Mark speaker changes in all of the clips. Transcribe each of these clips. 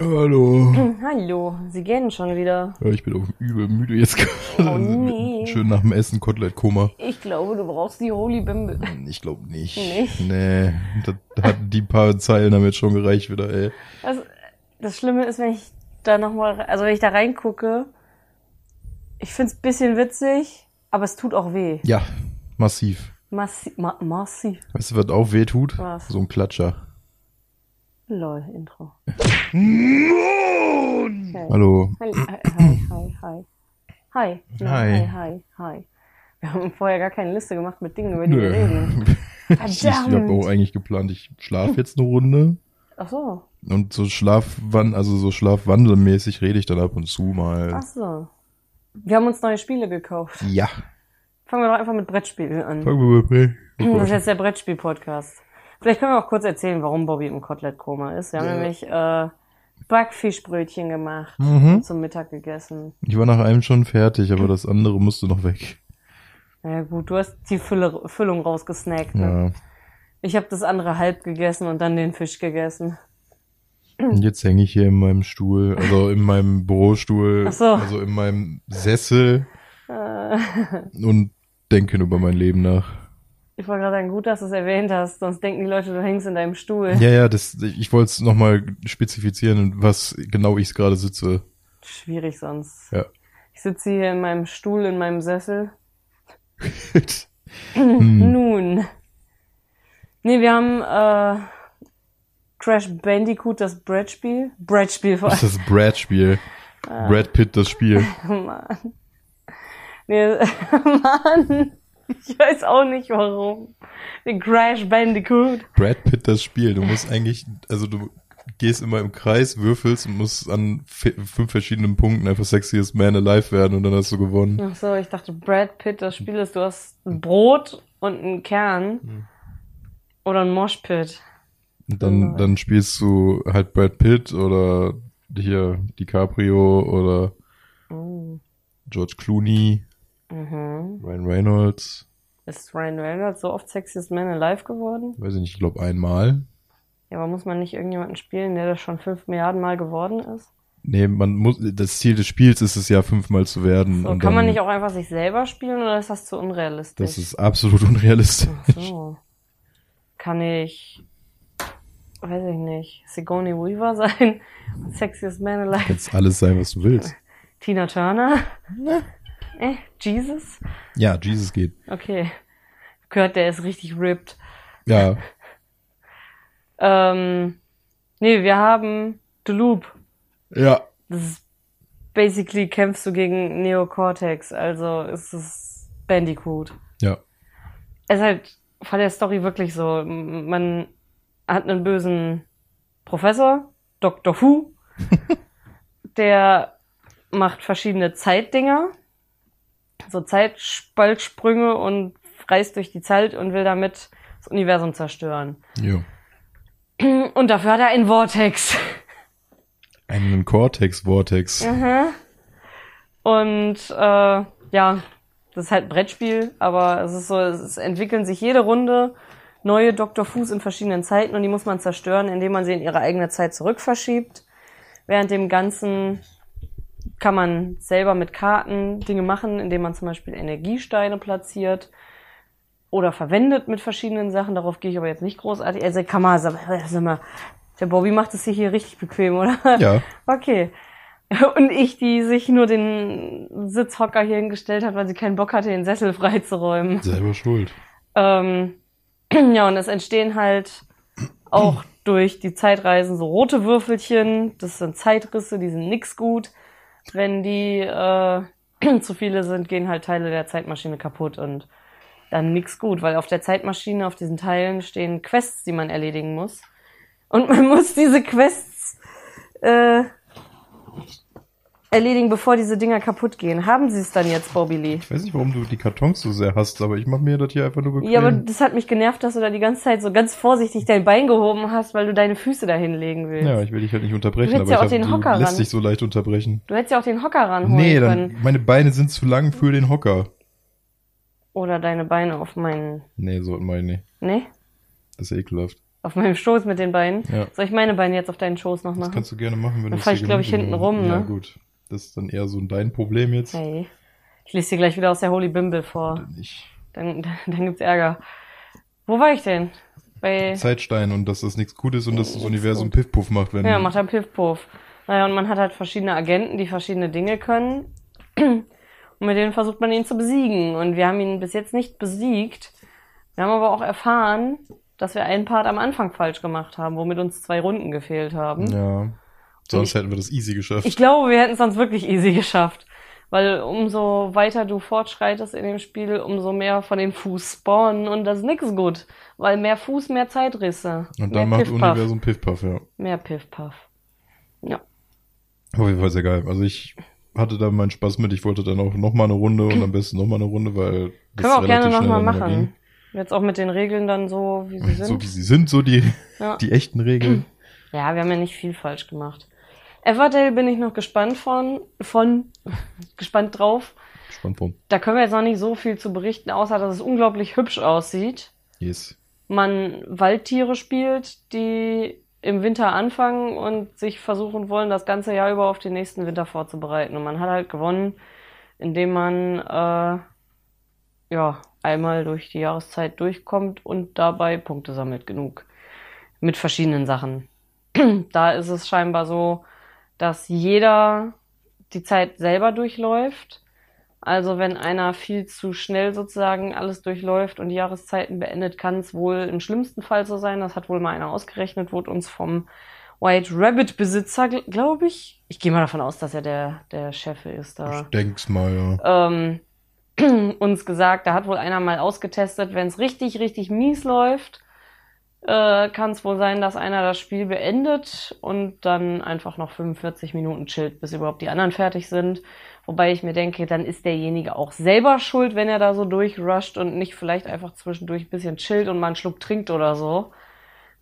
Speaker 1: Hallo.
Speaker 2: Hallo, Sie gehen schon wieder.
Speaker 1: Ja, ich bin auch übel müde jetzt gerade.
Speaker 2: Oh, nee.
Speaker 1: Schön nach dem Essen Kotelett-Koma.
Speaker 2: Ich glaube, du brauchst die Holy Bimbe.
Speaker 1: Ich glaube nicht.
Speaker 2: Nicht?
Speaker 1: Nee, das hatten die paar Zeilen damit schon gereicht wieder, ey.
Speaker 2: Also, das Schlimme ist, wenn ich da nochmal, also wenn ich da reingucke, ich find's bisschen witzig, aber es tut auch weh.
Speaker 1: Ja, massiv.
Speaker 2: Massiv, ma massiv.
Speaker 1: Weißt du, was auch weh tut?
Speaker 2: Was?
Speaker 1: So ein Klatscher.
Speaker 2: Lol, Intro. Hey.
Speaker 1: Hallo.
Speaker 2: Hi, hi, hi, hi. Hi.
Speaker 1: Hi.
Speaker 2: Nein, hi, hi, hi. Wir haben vorher gar keine Liste gemacht mit Dingen, über die wir reden.
Speaker 1: Nö. Ich, ich habe auch eigentlich geplant, ich schlafe jetzt eine Runde
Speaker 2: Ach so,
Speaker 1: und so Schlafwan, also so schlafwandelmäßig rede ich dann ab und zu mal.
Speaker 2: ach so. Wir haben uns neue Spiele gekauft.
Speaker 1: Ja.
Speaker 2: Fangen wir doch einfach mit Brettspielen an.
Speaker 1: Fangen wir mal
Speaker 2: Hm, Das ist
Speaker 1: an.
Speaker 2: jetzt der Brettspiel-Podcast. Vielleicht können wir auch kurz erzählen, warum Bobby im Kotelett-Koma ist. Wir haben
Speaker 1: Ja.
Speaker 2: nämlich äh, Backfischbrötchen gemacht
Speaker 1: Mhm.
Speaker 2: und zum Mittag gegessen.
Speaker 1: Ich war nach einem schon fertig, aber das andere musste noch weg.
Speaker 2: Na ja, gut, du hast die Fülle, Füllung rausgesnackt. Ne?
Speaker 1: Ja.
Speaker 2: Ich habe das andere halb gegessen und dann den Fisch gegessen.
Speaker 1: Und jetzt hänge ich hier in meinem Stuhl, also in meinem Bürostuhl,
Speaker 2: Ach so.
Speaker 1: also in meinem Sessel
Speaker 2: Äh,
Speaker 1: und denke über mein Leben nach.
Speaker 2: ich wollte gerade sagen, gut, dass du es erwähnt hast, sonst denken die Leute, du hängst in deinem Stuhl.
Speaker 1: Ja, ja, das, ich wollte es nochmal spezifizieren, was genau ich gerade sitze.
Speaker 2: Schwierig sonst.
Speaker 1: Ja.
Speaker 2: Ich sitze hier in meinem Stuhl, in meinem Sessel.
Speaker 1: hm.
Speaker 2: Nun. Nee, wir haben äh, Crash Bandicoot, das Brettspiel. Brettspiel vor
Speaker 1: Das ist das Brad-Spiel. Brad Pitt, das Spiel.
Speaker 2: allem. Mann. Nee, Mann. Ich weiß auch nicht warum. Den Crash Bandicoot.
Speaker 1: Brad Pitt, das Spiel. Du musst eigentlich, also du gehst immer im Kreis, würfelst und musst an fe- fünf verschiedenen Punkten einfach Sexiest Man Alive werden und dann hast du gewonnen.
Speaker 2: Ach so, ich dachte, Brad Pitt, das Spiel ist, du hast ein Brot und einen Kern.
Speaker 1: Hm.
Speaker 2: Oder ein Moshpit.
Speaker 1: Und dann,
Speaker 2: Genau.
Speaker 1: dann spielst du halt Brad Pitt oder hier DiCaprio oder
Speaker 2: Oh.
Speaker 1: George Clooney,
Speaker 2: Mhm.
Speaker 1: Ryan Reynolds,
Speaker 2: Ist Ryan Reynolds so oft Sexiest Man Alive geworden?
Speaker 1: weiß ich nicht, ich glaube einmal.
Speaker 2: Ja, aber muss man nicht irgendjemanden spielen, der das schon fünf Milliarden Mal geworden ist?
Speaker 1: Nee, man muss, das Ziel des Spiels ist es ja, fünfmal zu werden.
Speaker 2: So,
Speaker 1: und
Speaker 2: kann man
Speaker 1: dann-
Speaker 2: nicht auch einfach sich selber spielen oder ist das zu unrealistisch?
Speaker 1: Das ist absolut unrealistisch.
Speaker 2: Ach so. Kann ich, weiß ich nicht, Sigourney Weaver sein? Sexiest Man Alive?
Speaker 1: Kannst alles sein, was du willst.
Speaker 2: Tina Turner? Äh, Jesus?
Speaker 1: Ja, Jesus geht.
Speaker 2: Okay. Gehört, der ist richtig ripped.
Speaker 1: Ja,
Speaker 2: Ähm, nee, wir haben The Loop.
Speaker 1: ja.
Speaker 2: Das ist basically kämpfst du gegen Neocortex, also ist es Bandicoot.
Speaker 1: Ja,
Speaker 2: es ist halt von der Story wirklich so. m- Man hat einen bösen Professor, Dr. Who, der macht verschiedene Zeitdinger, so Zeitspaltsprünge und reist durch die Zeit und will damit das Universum zerstören.
Speaker 1: ja.
Speaker 2: Und dafür hat er einen Vortex.
Speaker 1: Einen Cortex-Vortex.
Speaker 2: Und äh, ja, das ist halt ein Brettspiel, aber es ist so, es entwickeln sich jede Runde neue Dr. Fuß in verschiedenen Zeiten und die muss man zerstören, indem man sie in ihre eigene Zeit zurückverschiebt. Während dem Ganzen kann man selber mit Karten Dinge machen, indem man zum Beispiel Energiesteine platziert oder verwendet mit verschiedenen Sachen. Darauf gehe ich aber jetzt nicht großartig. Also kann man, sag mal, sag mal, der Bobby macht es sich hier richtig bequem, oder?
Speaker 1: Ja.
Speaker 2: Okay. Und ich, die sich nur den Sitzhocker hier hingestellt hat, weil sie keinen Bock hatte, den Sessel freizuräumen.
Speaker 1: Selber schuld.
Speaker 2: Ähm, ja, und es entstehen halt auch durch die Zeitreisen so rote Würfelchen. Das sind Zeitrisse, die sind nix gut. Wenn die äh, zu viele sind, gehen halt Teile der Zeitmaschine kaputt und dann nix gut, weil auf der Zeitmaschine, auf diesen Teilen stehen Quests, die man erledigen muss. Und man muss diese Quests äh, erledigen, bevor diese Dinger kaputt gehen. Haben sie es dann jetzt, Bobby Lee?
Speaker 1: Ich weiß nicht, warum du die Kartons so sehr hasst, aber ich mache mir das hier einfach nur bequem.
Speaker 2: Ja, aber das hat mich genervt, dass du da die ganze Zeit so ganz vorsichtig dein Bein gehoben hast, weil du deine Füße da hinlegen willst.
Speaker 1: Ja, ich will dich halt nicht unterbrechen,
Speaker 2: Du
Speaker 1: aber
Speaker 2: willst ja
Speaker 1: ich
Speaker 2: auch den
Speaker 1: hab,
Speaker 2: Hocker
Speaker 1: du lässt
Speaker 2: ran.
Speaker 1: dich so leicht unterbrechen.
Speaker 2: Du hättest ja auch den Hocker ranholen
Speaker 1: Nee, dann,
Speaker 2: können.
Speaker 1: meine Beine sind zu lang für den Hocker.
Speaker 2: Oder deine Beine auf meinen.
Speaker 1: Nee, so meine ich nicht.
Speaker 2: Ne?
Speaker 1: Das ist ekelhaft.
Speaker 2: Auf meinem Schoß mit den Beinen.
Speaker 1: Ja.
Speaker 2: Soll ich meine Beine jetzt auf deinen Schoß noch
Speaker 1: Das
Speaker 2: machen?
Speaker 1: kannst du gerne machen, wenn
Speaker 2: Dann
Speaker 1: du
Speaker 2: fall ich,
Speaker 1: dir
Speaker 2: glaub ich,
Speaker 1: gemütlich
Speaker 2: hinten
Speaker 1: machen.
Speaker 2: rum,
Speaker 1: Ja,
Speaker 2: ne?
Speaker 1: gut. Das ist dann eher so dein Problem jetzt.
Speaker 2: Hey. Ich lese dir gleich wieder aus der Holy Bimble vor.
Speaker 1: Ich,
Speaker 2: Dann, dann, dann gibt's Ärger. Wo war ich denn? Bei.
Speaker 1: Zeitstein und dass das nichts Gutes und dass das
Speaker 2: Nichts
Speaker 1: Universum
Speaker 2: gut.
Speaker 1: Piff-Puff macht, wenn
Speaker 2: Ja, macht er Piff-Puff. Naja, und man hat halt verschiedene Agenten, die verschiedene Dinge können. Und mit denen versucht man ihn zu besiegen. Und wir haben ihn bis jetzt nicht besiegt. Wir haben aber auch erfahren, dass wir einen Part am Anfang falsch gemacht haben, womit uns zwei Runden gefehlt haben.
Speaker 1: Ja. Sonst
Speaker 2: Ich-
Speaker 1: hätten wir das easy geschafft.
Speaker 2: Ich glaube, wir hätten es sonst wirklich easy geschafft. Weil umso weiter du fortschreitest in dem Spiel, umso mehr von dem Fuß spawnen und das ist nix gut. Weil mehr Fuß, mehr Zeitrisse.
Speaker 1: und dann
Speaker 2: mehr
Speaker 1: macht
Speaker 2: Piff-Paff.
Speaker 1: Universum Piff-Puff, ja.
Speaker 2: Mehr Piff-Paff. Ja.
Speaker 1: Auf jeden Fall sehr geil. Also ich hatte da meinen Spaß mit. Ich wollte dann auch nochmal eine Runde und am besten nochmal eine Runde, weil das
Speaker 2: Können wir auch gerne
Speaker 1: relativ
Speaker 2: nochmal
Speaker 1: schnell dann wieder
Speaker 2: machen. Jetzt auch mit den Regeln dann so, wie sie
Speaker 1: ging.
Speaker 2: sind.
Speaker 1: So wie sie sind, so die,
Speaker 2: Ja.
Speaker 1: die echten Regeln.
Speaker 2: ja, wir haben ja nicht viel falsch gemacht. Everdale bin ich noch gespannt von, von, gespannt drauf.
Speaker 1: Spannend von.
Speaker 2: Da können wir jetzt noch nicht so viel zu berichten, außer dass es unglaublich hübsch aussieht.
Speaker 1: Yes.
Speaker 2: man Waldtiere spielt, die im Winter anfangen und sich versuchen wollen, das ganze Jahr über auf den nächsten Winter vorzubereiten. Und man hat halt gewonnen, indem man äh, ja einmal durch die Jahreszeit durchkommt und dabei Punkte sammelt genug mit verschiedenen Sachen. da ist es scheinbar so, dass jeder die Zeit selber durchläuft. Also wenn einer viel zu schnell sozusagen alles durchläuft und die Jahreszeiten beendet, kann es wohl im schlimmsten Fall so sein. Das hat wohl mal einer ausgerechnet, wurde uns vom White Rabbit Besitzer, glaube ich. Ich gehe mal davon aus, dass er der, der Chef ist da
Speaker 1: Ich denk's mal, ja.
Speaker 2: ähm, uns gesagt, da hat wohl einer mal ausgetestet, wenn es richtig, richtig mies läuft, äh, kann es wohl sein, dass einer das Spiel beendet und dann einfach noch 45 Minuten chillt, bis überhaupt die anderen fertig sind. Wobei ich mir denke, dann ist derjenige auch selber schuld, wenn er da so durchrusht und nicht vielleicht einfach zwischendurch ein bisschen chillt und mal einen Schluck trinkt oder so.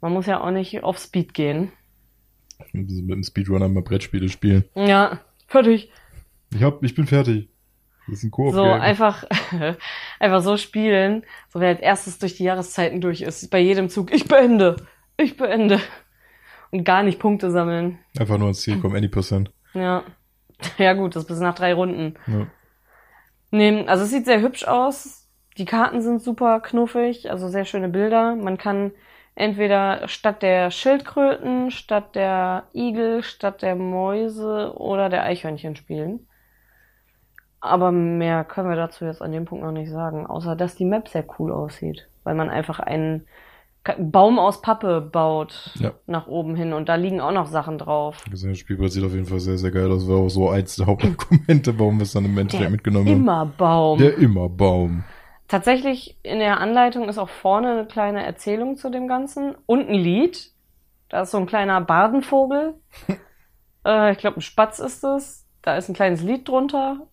Speaker 2: Man muss ja auch nicht auf Speed gehen.
Speaker 1: Mit dem Speedrunner mal Brettspiele spielen.
Speaker 2: Ja, fertig.
Speaker 1: Ich hab, ich bin fertig. Das ist ein Koop.
Speaker 2: So einfach, einfach so spielen, so wer als erstes durch die Jahreszeiten durch ist, bei jedem Zug, ich beende, ich beende. Und gar nicht Punkte sammeln.
Speaker 1: Einfach nur ans Ziel kommen, any percent.
Speaker 2: Ja. Ja, gut, das bis nach drei Runden.
Speaker 1: Ja.
Speaker 2: Nee, also es sieht sehr hübsch aus. Die Karten sind super knuffig, also sehr schöne Bilder. Man kann entweder statt der Schildkröten, statt der Igel, statt der Mäuse oder der Eichhörnchen spielen. Aber mehr können wir dazu jetzt an dem Punkt noch nicht sagen, außer dass die Map sehr cool aussieht, weil man einfach einen Ka- Baum aus Pappe baut
Speaker 1: Ja.
Speaker 2: nach oben hin und da liegen auch noch Sachen drauf.
Speaker 1: Also, Das Spielbrett sieht auf jeden Fall sehr, sehr geil aus. War auch so eins der Hauptargumente, warum wir es dann im Endeffekt mitgenommen haben.
Speaker 2: Immer Baum.
Speaker 1: Also Der immer Baum.
Speaker 2: Tatsächlich in der Anleitung ist auch vorne eine kleine Erzählung zu dem Ganzen und ein Lied. Da ist so ein kleiner Badenvogel. äh, ich glaube, ein Spatz ist es. Da ist ein kleines Lied drunter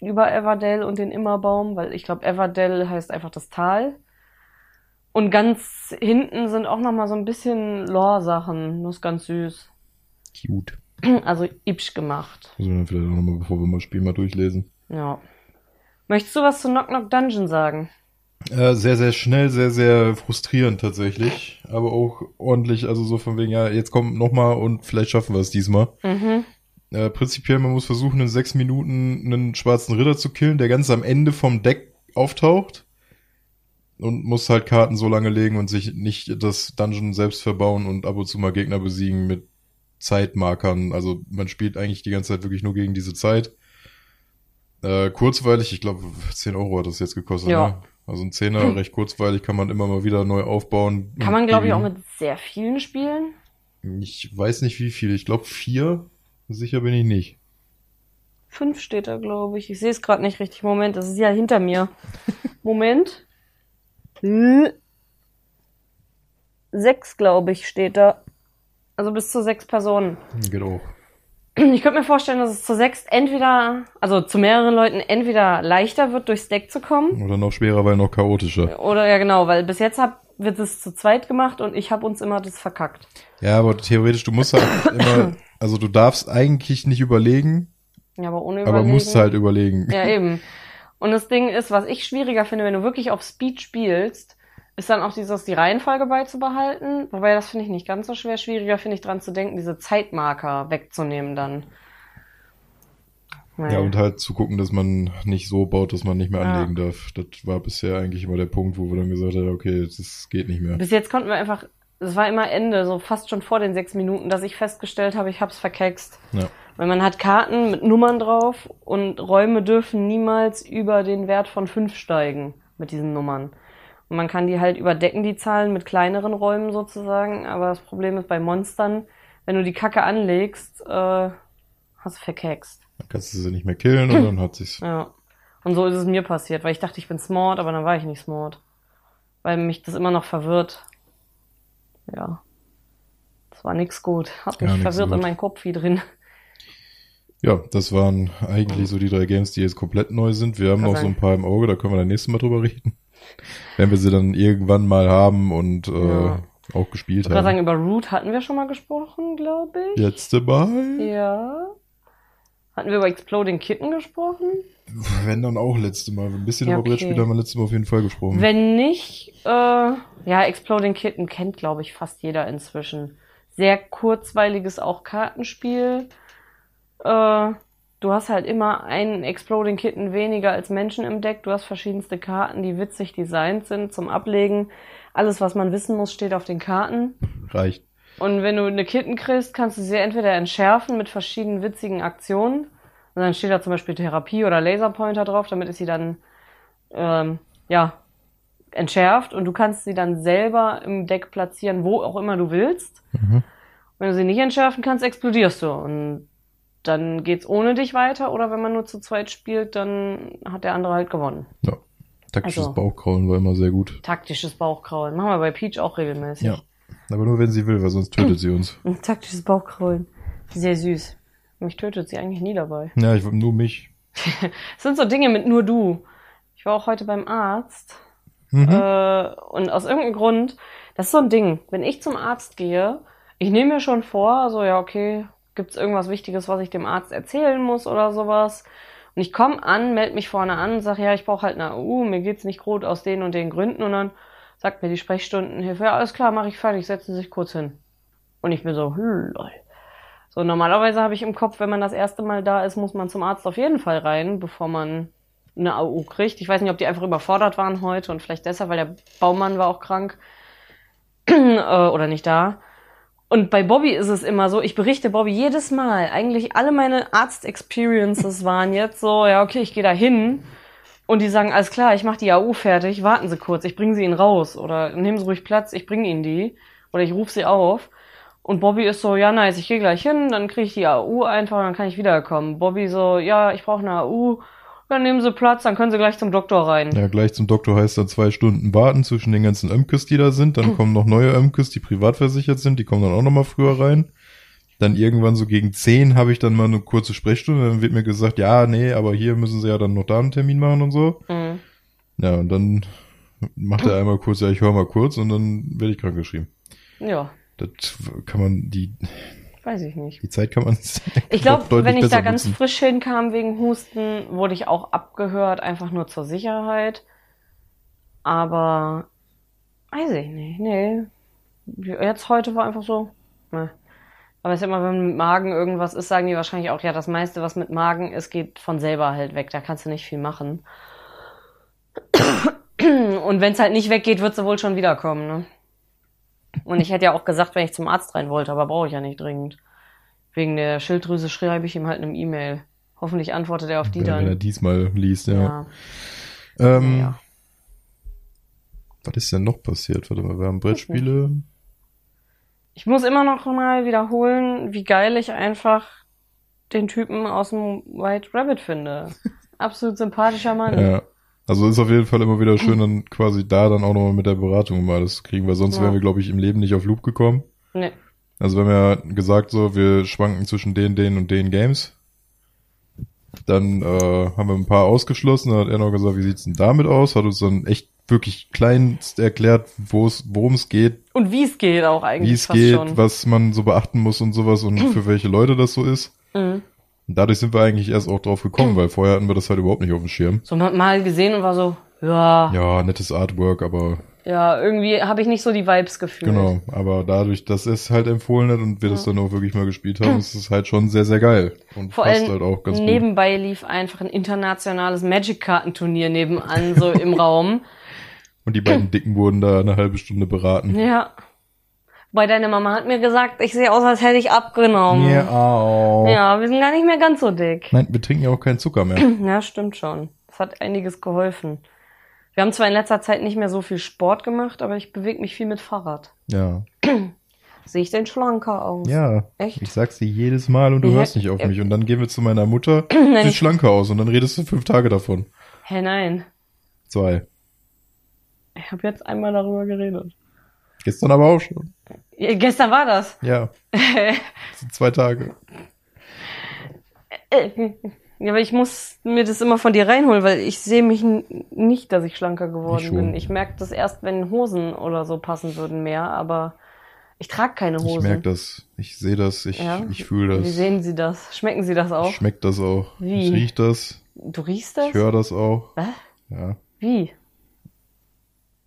Speaker 2: über Everdell und den Immerbaum, weil ich glaube, Everdell heißt einfach das Tal. Und ganz hinten sind auch noch mal so ein bisschen Lore-Sachen. Das ist ganz süß.
Speaker 1: Cute.
Speaker 2: Also hübsch gemacht.
Speaker 1: Müssen wir dann vielleicht auch nochmal, bevor wir mal das Spiel mal durchlesen.
Speaker 2: Ja. Möchtest du was zu Knock Knock Dungeon sagen?
Speaker 1: Äh, sehr, sehr schnell, sehr, sehr frustrierend tatsächlich. Aber auch ordentlich, also so von wegen, ja, jetzt kommt nochmal und vielleicht schaffen wir es diesmal.
Speaker 2: Mhm.
Speaker 1: Äh, prinzipiell, man muss versuchen, in sechs Minuten einen schwarzen Ritter zu killen, der ganz am Ende vom Deck auftaucht. Und muss halt Karten so lange legen und sich nicht das Dungeon selbst verbauen und ab und zu mal Gegner besiegen mit Zeitmarkern. Also man spielt eigentlich die ganze Zeit wirklich nur gegen diese Zeit. Äh, kurzweilig, ich glaube, 10 Euro hat das jetzt gekostet.
Speaker 2: Ja. Hm.
Speaker 1: Ne? Also ein Zehner, recht kurzweilig, kann man immer mal wieder neu aufbauen.
Speaker 2: Kann man,
Speaker 1: Mhm.
Speaker 2: glaube ich, auch mit sehr vielen spielen.
Speaker 1: Ich weiß nicht wie viele, ich glaube vier, sicher bin ich nicht.
Speaker 2: Fünf steht da, glaube ich. Ich sehe es gerade nicht richtig. Moment, das ist ja hinter mir. Moment. Äh. Sechs, glaube ich, steht da. Also bis zu sechs Personen.
Speaker 1: Geht auch.
Speaker 2: Ich könnte mir vorstellen, dass es zu sechs entweder, also zu mehreren Leuten entweder leichter wird, durchs Deck zu kommen.
Speaker 1: Oder noch schwerer, weil noch chaotischer.
Speaker 2: Oder ja genau, weil bis jetzt hab, wird es zu zweit gemacht und ich habe uns immer das verkackt.
Speaker 1: Ja, aber theoretisch, du musst halt immer, also du darfst eigentlich nicht überlegen,
Speaker 2: Ja, aber ohne
Speaker 1: aber
Speaker 2: Überlegen.
Speaker 1: musst halt überlegen.
Speaker 2: Ja, eben. Und das Ding ist, was ich schwieriger finde, wenn du wirklich auf Speed spielst, ist dann auch dieses, die Reihenfolge beizubehalten. Wobei, das finde ich nicht ganz so schwer. Schwieriger finde ich dran zu denken, diese Zeitmarker wegzunehmen dann.
Speaker 1: Ja, und halt zu gucken, dass man nicht so baut, dass man nicht mehr
Speaker 2: Ja.
Speaker 1: anlegen darf. Das war bisher eigentlich immer der Punkt, wo wir dann gesagt haben, okay, das geht nicht mehr.
Speaker 2: Bis jetzt konnten wir einfach, es war immer Ende, so fast schon vor den sechs Minuten, dass ich festgestellt habe, ich hab's verkext.
Speaker 1: Ja.
Speaker 2: Weil man hat Karten mit Nummern drauf und Räume dürfen niemals über den Wert von fünf steigen mit diesen Nummern. Und man kann die halt überdecken, die Zahlen, mit kleineren Räumen sozusagen. Aber das Problem ist bei Monstern, wenn du die Kacke anlegst, äh, hast du verkext.
Speaker 1: Dann kannst du sie nicht mehr killen und dann hat sich's.
Speaker 2: Ja. Und so ist es mir passiert, weil ich dachte, ich bin smart, aber dann war ich nicht smart. Weil mich das immer noch verwirrt. Ja. Das war nix gut. Hat mich
Speaker 1: Ja, nix
Speaker 2: verwirrt
Speaker 1: gut.
Speaker 2: in meinem Kopf wie drin.
Speaker 1: Ja, das waren eigentlich so die drei Games, die jetzt komplett neu sind. Wir haben
Speaker 2: Kann
Speaker 1: noch so
Speaker 2: sein.
Speaker 1: ein paar im Auge, da können wir dann nächstes Mal drüber reden. Wenn wir sie dann irgendwann mal haben und äh,
Speaker 2: Ja.
Speaker 1: auch gespielt
Speaker 2: Ich würde sagen,
Speaker 1: haben.
Speaker 2: über Root hatten wir schon mal gesprochen, glaube ich.
Speaker 1: Letzte Mal?
Speaker 2: Ja. Hatten wir über Exploding Kitten gesprochen?
Speaker 1: Wenn dann auch letzte Mal. Ein bisschen
Speaker 2: Ja,
Speaker 1: über Brettspiele
Speaker 2: okay.
Speaker 1: haben wir letztes Mal auf jeden Fall gesprochen.
Speaker 2: Wenn nicht, äh, ja, Exploding Kitten kennt, glaube ich, fast jeder inzwischen. Sehr kurzweiliges auch Kartenspiel. Äh, du hast halt immer einen Exploding Kitten weniger als Menschen im Deck. Du hast verschiedenste Karten, die witzig designt sind zum Ablegen. Alles, was man wissen muss, steht auf den Karten.
Speaker 1: Reicht.
Speaker 2: Und wenn du eine Kitten kriegst, kannst du sie entweder entschärfen mit verschiedenen witzigen Aktionen. Und dann steht da zum Beispiel Therapie oder Laserpointer drauf, damit ist sie dann, ähm, ja, entschärft. Und du kannst sie dann selber im Deck platzieren, wo auch immer du willst.
Speaker 1: Mhm.
Speaker 2: Wenn du sie nicht entschärfen kannst, explodierst du. Und dann geht's ohne dich weiter. Oder wenn man nur zu zweit spielt, dann hat der andere halt gewonnen.
Speaker 1: Ja. Taktisches
Speaker 2: Also.
Speaker 1: Bauchkraulen war immer sehr gut.
Speaker 2: Taktisches Bauchkraulen. Machen wir bei Peach auch regelmäßig.
Speaker 1: Ja. Aber nur wenn sie will, weil sonst tötet sie uns.
Speaker 2: Ein taktisches Bauchkraulen. Sehr süß. Mich tötet sie eigentlich nie dabei.
Speaker 1: Ja, ich nur mich.
Speaker 2: Es sind so Dinge mit nur du. Ich war auch heute beim Arzt
Speaker 1: Mhm.
Speaker 2: äh, und aus irgendeinem Grund, das ist so ein Ding. Wenn ich zum Arzt gehe, ich nehme mir schon vor, so ja, okay, gibt's irgendwas Wichtiges, was ich dem Arzt erzählen muss oder sowas. Und ich komme an, melde mich vorne an und sage, ja, ich brauche halt eine AU, mir geht's nicht gut aus den und den Gründen. Und dann sagt mir die Sprechstundenhilfe, ja, alles klar, mache ich fertig, setzen Sie sich kurz hin. Und ich bin so, hm, lol. So, normalerweise habe ich im Kopf, wenn man das erste Mal da ist, muss man zum Arzt auf jeden Fall rein, bevor man eine AU kriegt. Ich weiß nicht, ob die einfach überfordert waren heute und vielleicht deshalb, weil der Baumann war auch krank äh, oder nicht da. Und bei Bobby ist es immer so, ich berichte Bobby jedes Mal, eigentlich alle meine Arzt-Experiences waren jetzt so, ja, okay, ich gehe da hin und die sagen, alles klar, ich mache die AU fertig, warten Sie kurz, ich bringe sie Ihnen raus oder nehmen Sie ruhig Platz, ich bringe Ihnen die oder ich rufe sie auf. Und Bobby ist so, ja, nice, ich gehe gleich hin, dann kriege ich die AU einfach und dann kann ich wiederkommen. Bobby so, ja, ich brauche eine AU, dann nehmen Sie Platz, dann können Sie gleich zum Doktor rein.
Speaker 1: Ja, gleich zum Doktor heißt dann zwei Stunden warten zwischen den ganzen Ömkes, die da sind.
Speaker 2: Hm.
Speaker 1: Dann kommen noch neue Ömkes, die privatversichert sind. Die kommen dann auch nochmal früher rein. Dann irgendwann so gegen 10 habe ich dann mal eine kurze Sprechstunde. Dann wird mir gesagt, ja, nee, aber hier müssen sie ja dann noch da einen Termin machen und so.
Speaker 2: Mhm.
Speaker 1: Ja, und dann macht er einmal kurz, ja, ich höre mal kurz und dann werde ich krankgeschrieben.
Speaker 2: Ja,
Speaker 1: Das kann man, die,
Speaker 2: weiß ich nicht.
Speaker 1: die Zeit kann man
Speaker 2: Ich glaube,
Speaker 1: deutlich
Speaker 2: wenn ich da
Speaker 1: besser
Speaker 2: ganz
Speaker 1: nutzen.
Speaker 2: frisch hinkam wegen Husten, wurde ich auch abgehört, einfach nur zur Sicherheit. Aber weiß ich nicht, nee. Jetzt heute war einfach so, ne. Aber ist ja immer, wenn mit Magen irgendwas ist, sagen die wahrscheinlich auch, ja, das meiste, was mit Magen ist, geht von selber halt weg. Da kannst du nicht viel machen. Und wenn es halt nicht weggeht, wird sie wohl schon wiederkommen, ne? Und ich hätte ja auch gesagt, wenn ich zum Arzt rein wollte, aber brauche ich ja nicht dringend. Wegen der Schilddrüse schreibe ich ihm halt eine E-Mail. Hoffentlich antwortet er auf die
Speaker 1: wenn, wenn er
Speaker 2: dann.
Speaker 1: diesmal liest, ja.
Speaker 2: Ja.
Speaker 1: Ähm,
Speaker 2: ja.
Speaker 1: Was ist denn noch passiert? Warte mal, wir haben Brettspiele.
Speaker 2: Ich muss immer noch mal wiederholen, wie geil ich einfach den Typen aus dem White Rabbit finde. Absolut sympathischer Mann.
Speaker 1: Ja. Also ist auf jeden Fall immer wieder schön, dann quasi da dann auch nochmal mit der Beratung mal das zu kriegen, weil sonst
Speaker 2: Ah. Ja.
Speaker 1: wären wir, glaube ich, im Leben nicht auf Loop gekommen.
Speaker 2: Nee.
Speaker 1: Also wenn wir gesagt so, wir schwanken zwischen den, den und den Games, dann äh, haben wir ein paar ausgeschlossen, dann hat er noch gesagt, wie sieht's denn damit aus? Hat uns dann echt wirklich kleinst erklärt, wo es, worum es geht,
Speaker 2: Und wie es geht auch eigentlich
Speaker 1: wie es
Speaker 2: fast
Speaker 1: geht,
Speaker 2: schon.
Speaker 1: was man so beachten muss und sowas und für welche Leute das so ist.
Speaker 2: Mhm.
Speaker 1: Und dadurch sind wir eigentlich erst auch drauf gekommen, weil vorher hatten wir das halt überhaupt nicht auf dem Schirm.
Speaker 2: So man hat mal gesehen und war so, ja,
Speaker 1: Ja, nettes Artwork, aber
Speaker 2: ja, Ja, irgendwie habe ich nicht so die Vibes gefühlt.
Speaker 1: Genau, aber dadurch, dass es halt empfohlen hat und wir das dann auch wirklich mal gespielt haben, ist es halt schon sehr, sehr geil. Und
Speaker 2: Vor
Speaker 1: passt
Speaker 2: allem
Speaker 1: halt auch ganz gut.
Speaker 2: nebenbei lief einfach ein internationales Magic-Kartenturnier nebenan, so im Raum.
Speaker 1: Und die beiden Dicken wurden da eine halbe Stunde beraten.
Speaker 2: Ja. Bei deiner Mama hat mir gesagt, ich sehe aus, als hätte ich abgenommen.
Speaker 1: Mir auch.
Speaker 2: Ja, wir sind gar nicht mehr ganz so dick.
Speaker 1: Nein, wir trinken ja auch keinen Zucker mehr.
Speaker 2: Ja, stimmt schon. Das hat einiges geholfen. Wir haben zwar in letzter Zeit nicht mehr so viel Sport gemacht, aber ich bewege mich viel mit Fahrrad.
Speaker 1: Ja.
Speaker 2: Sehe ich denn schlanker aus?
Speaker 1: Ja.
Speaker 2: Echt?
Speaker 1: Ich sag's dir jedes Mal und du
Speaker 2: Ja,
Speaker 1: hörst nicht auf
Speaker 2: ja.
Speaker 1: mich. Und dann gehen wir zu meiner Mutter,
Speaker 2: Nein.
Speaker 1: sieht schlanker aus und dann redest du fünf Tage davon.
Speaker 2: Hä, nein.
Speaker 1: Zwei.
Speaker 2: Ich habe jetzt einmal darüber geredet.
Speaker 1: Gestern aber auch schon.
Speaker 2: Ja, gestern war das.
Speaker 1: Ja. Das sind zwei Tage.
Speaker 2: Äh, Ja, aber ich muss mir das immer von dir reinholen, weil ich sehe mich n- nicht, dass ich schlanker geworden
Speaker 1: Ich schon.
Speaker 2: bin. Ich merke das erst, wenn Hosen oder so passen würden mehr, aber ich trage keine Hosen.
Speaker 1: Ich merk das. Ich sehe das. Ich,
Speaker 2: Ja?
Speaker 1: ich fühle
Speaker 2: Wie
Speaker 1: das.
Speaker 2: sehen Sie das? Schmecken Sie das auch?
Speaker 1: Ich schmeck das auch.
Speaker 2: Wie?
Speaker 1: Ich riech das.
Speaker 2: du riechst das?
Speaker 1: Ich höre das auch.
Speaker 2: Was?
Speaker 1: Ja.
Speaker 2: Wie?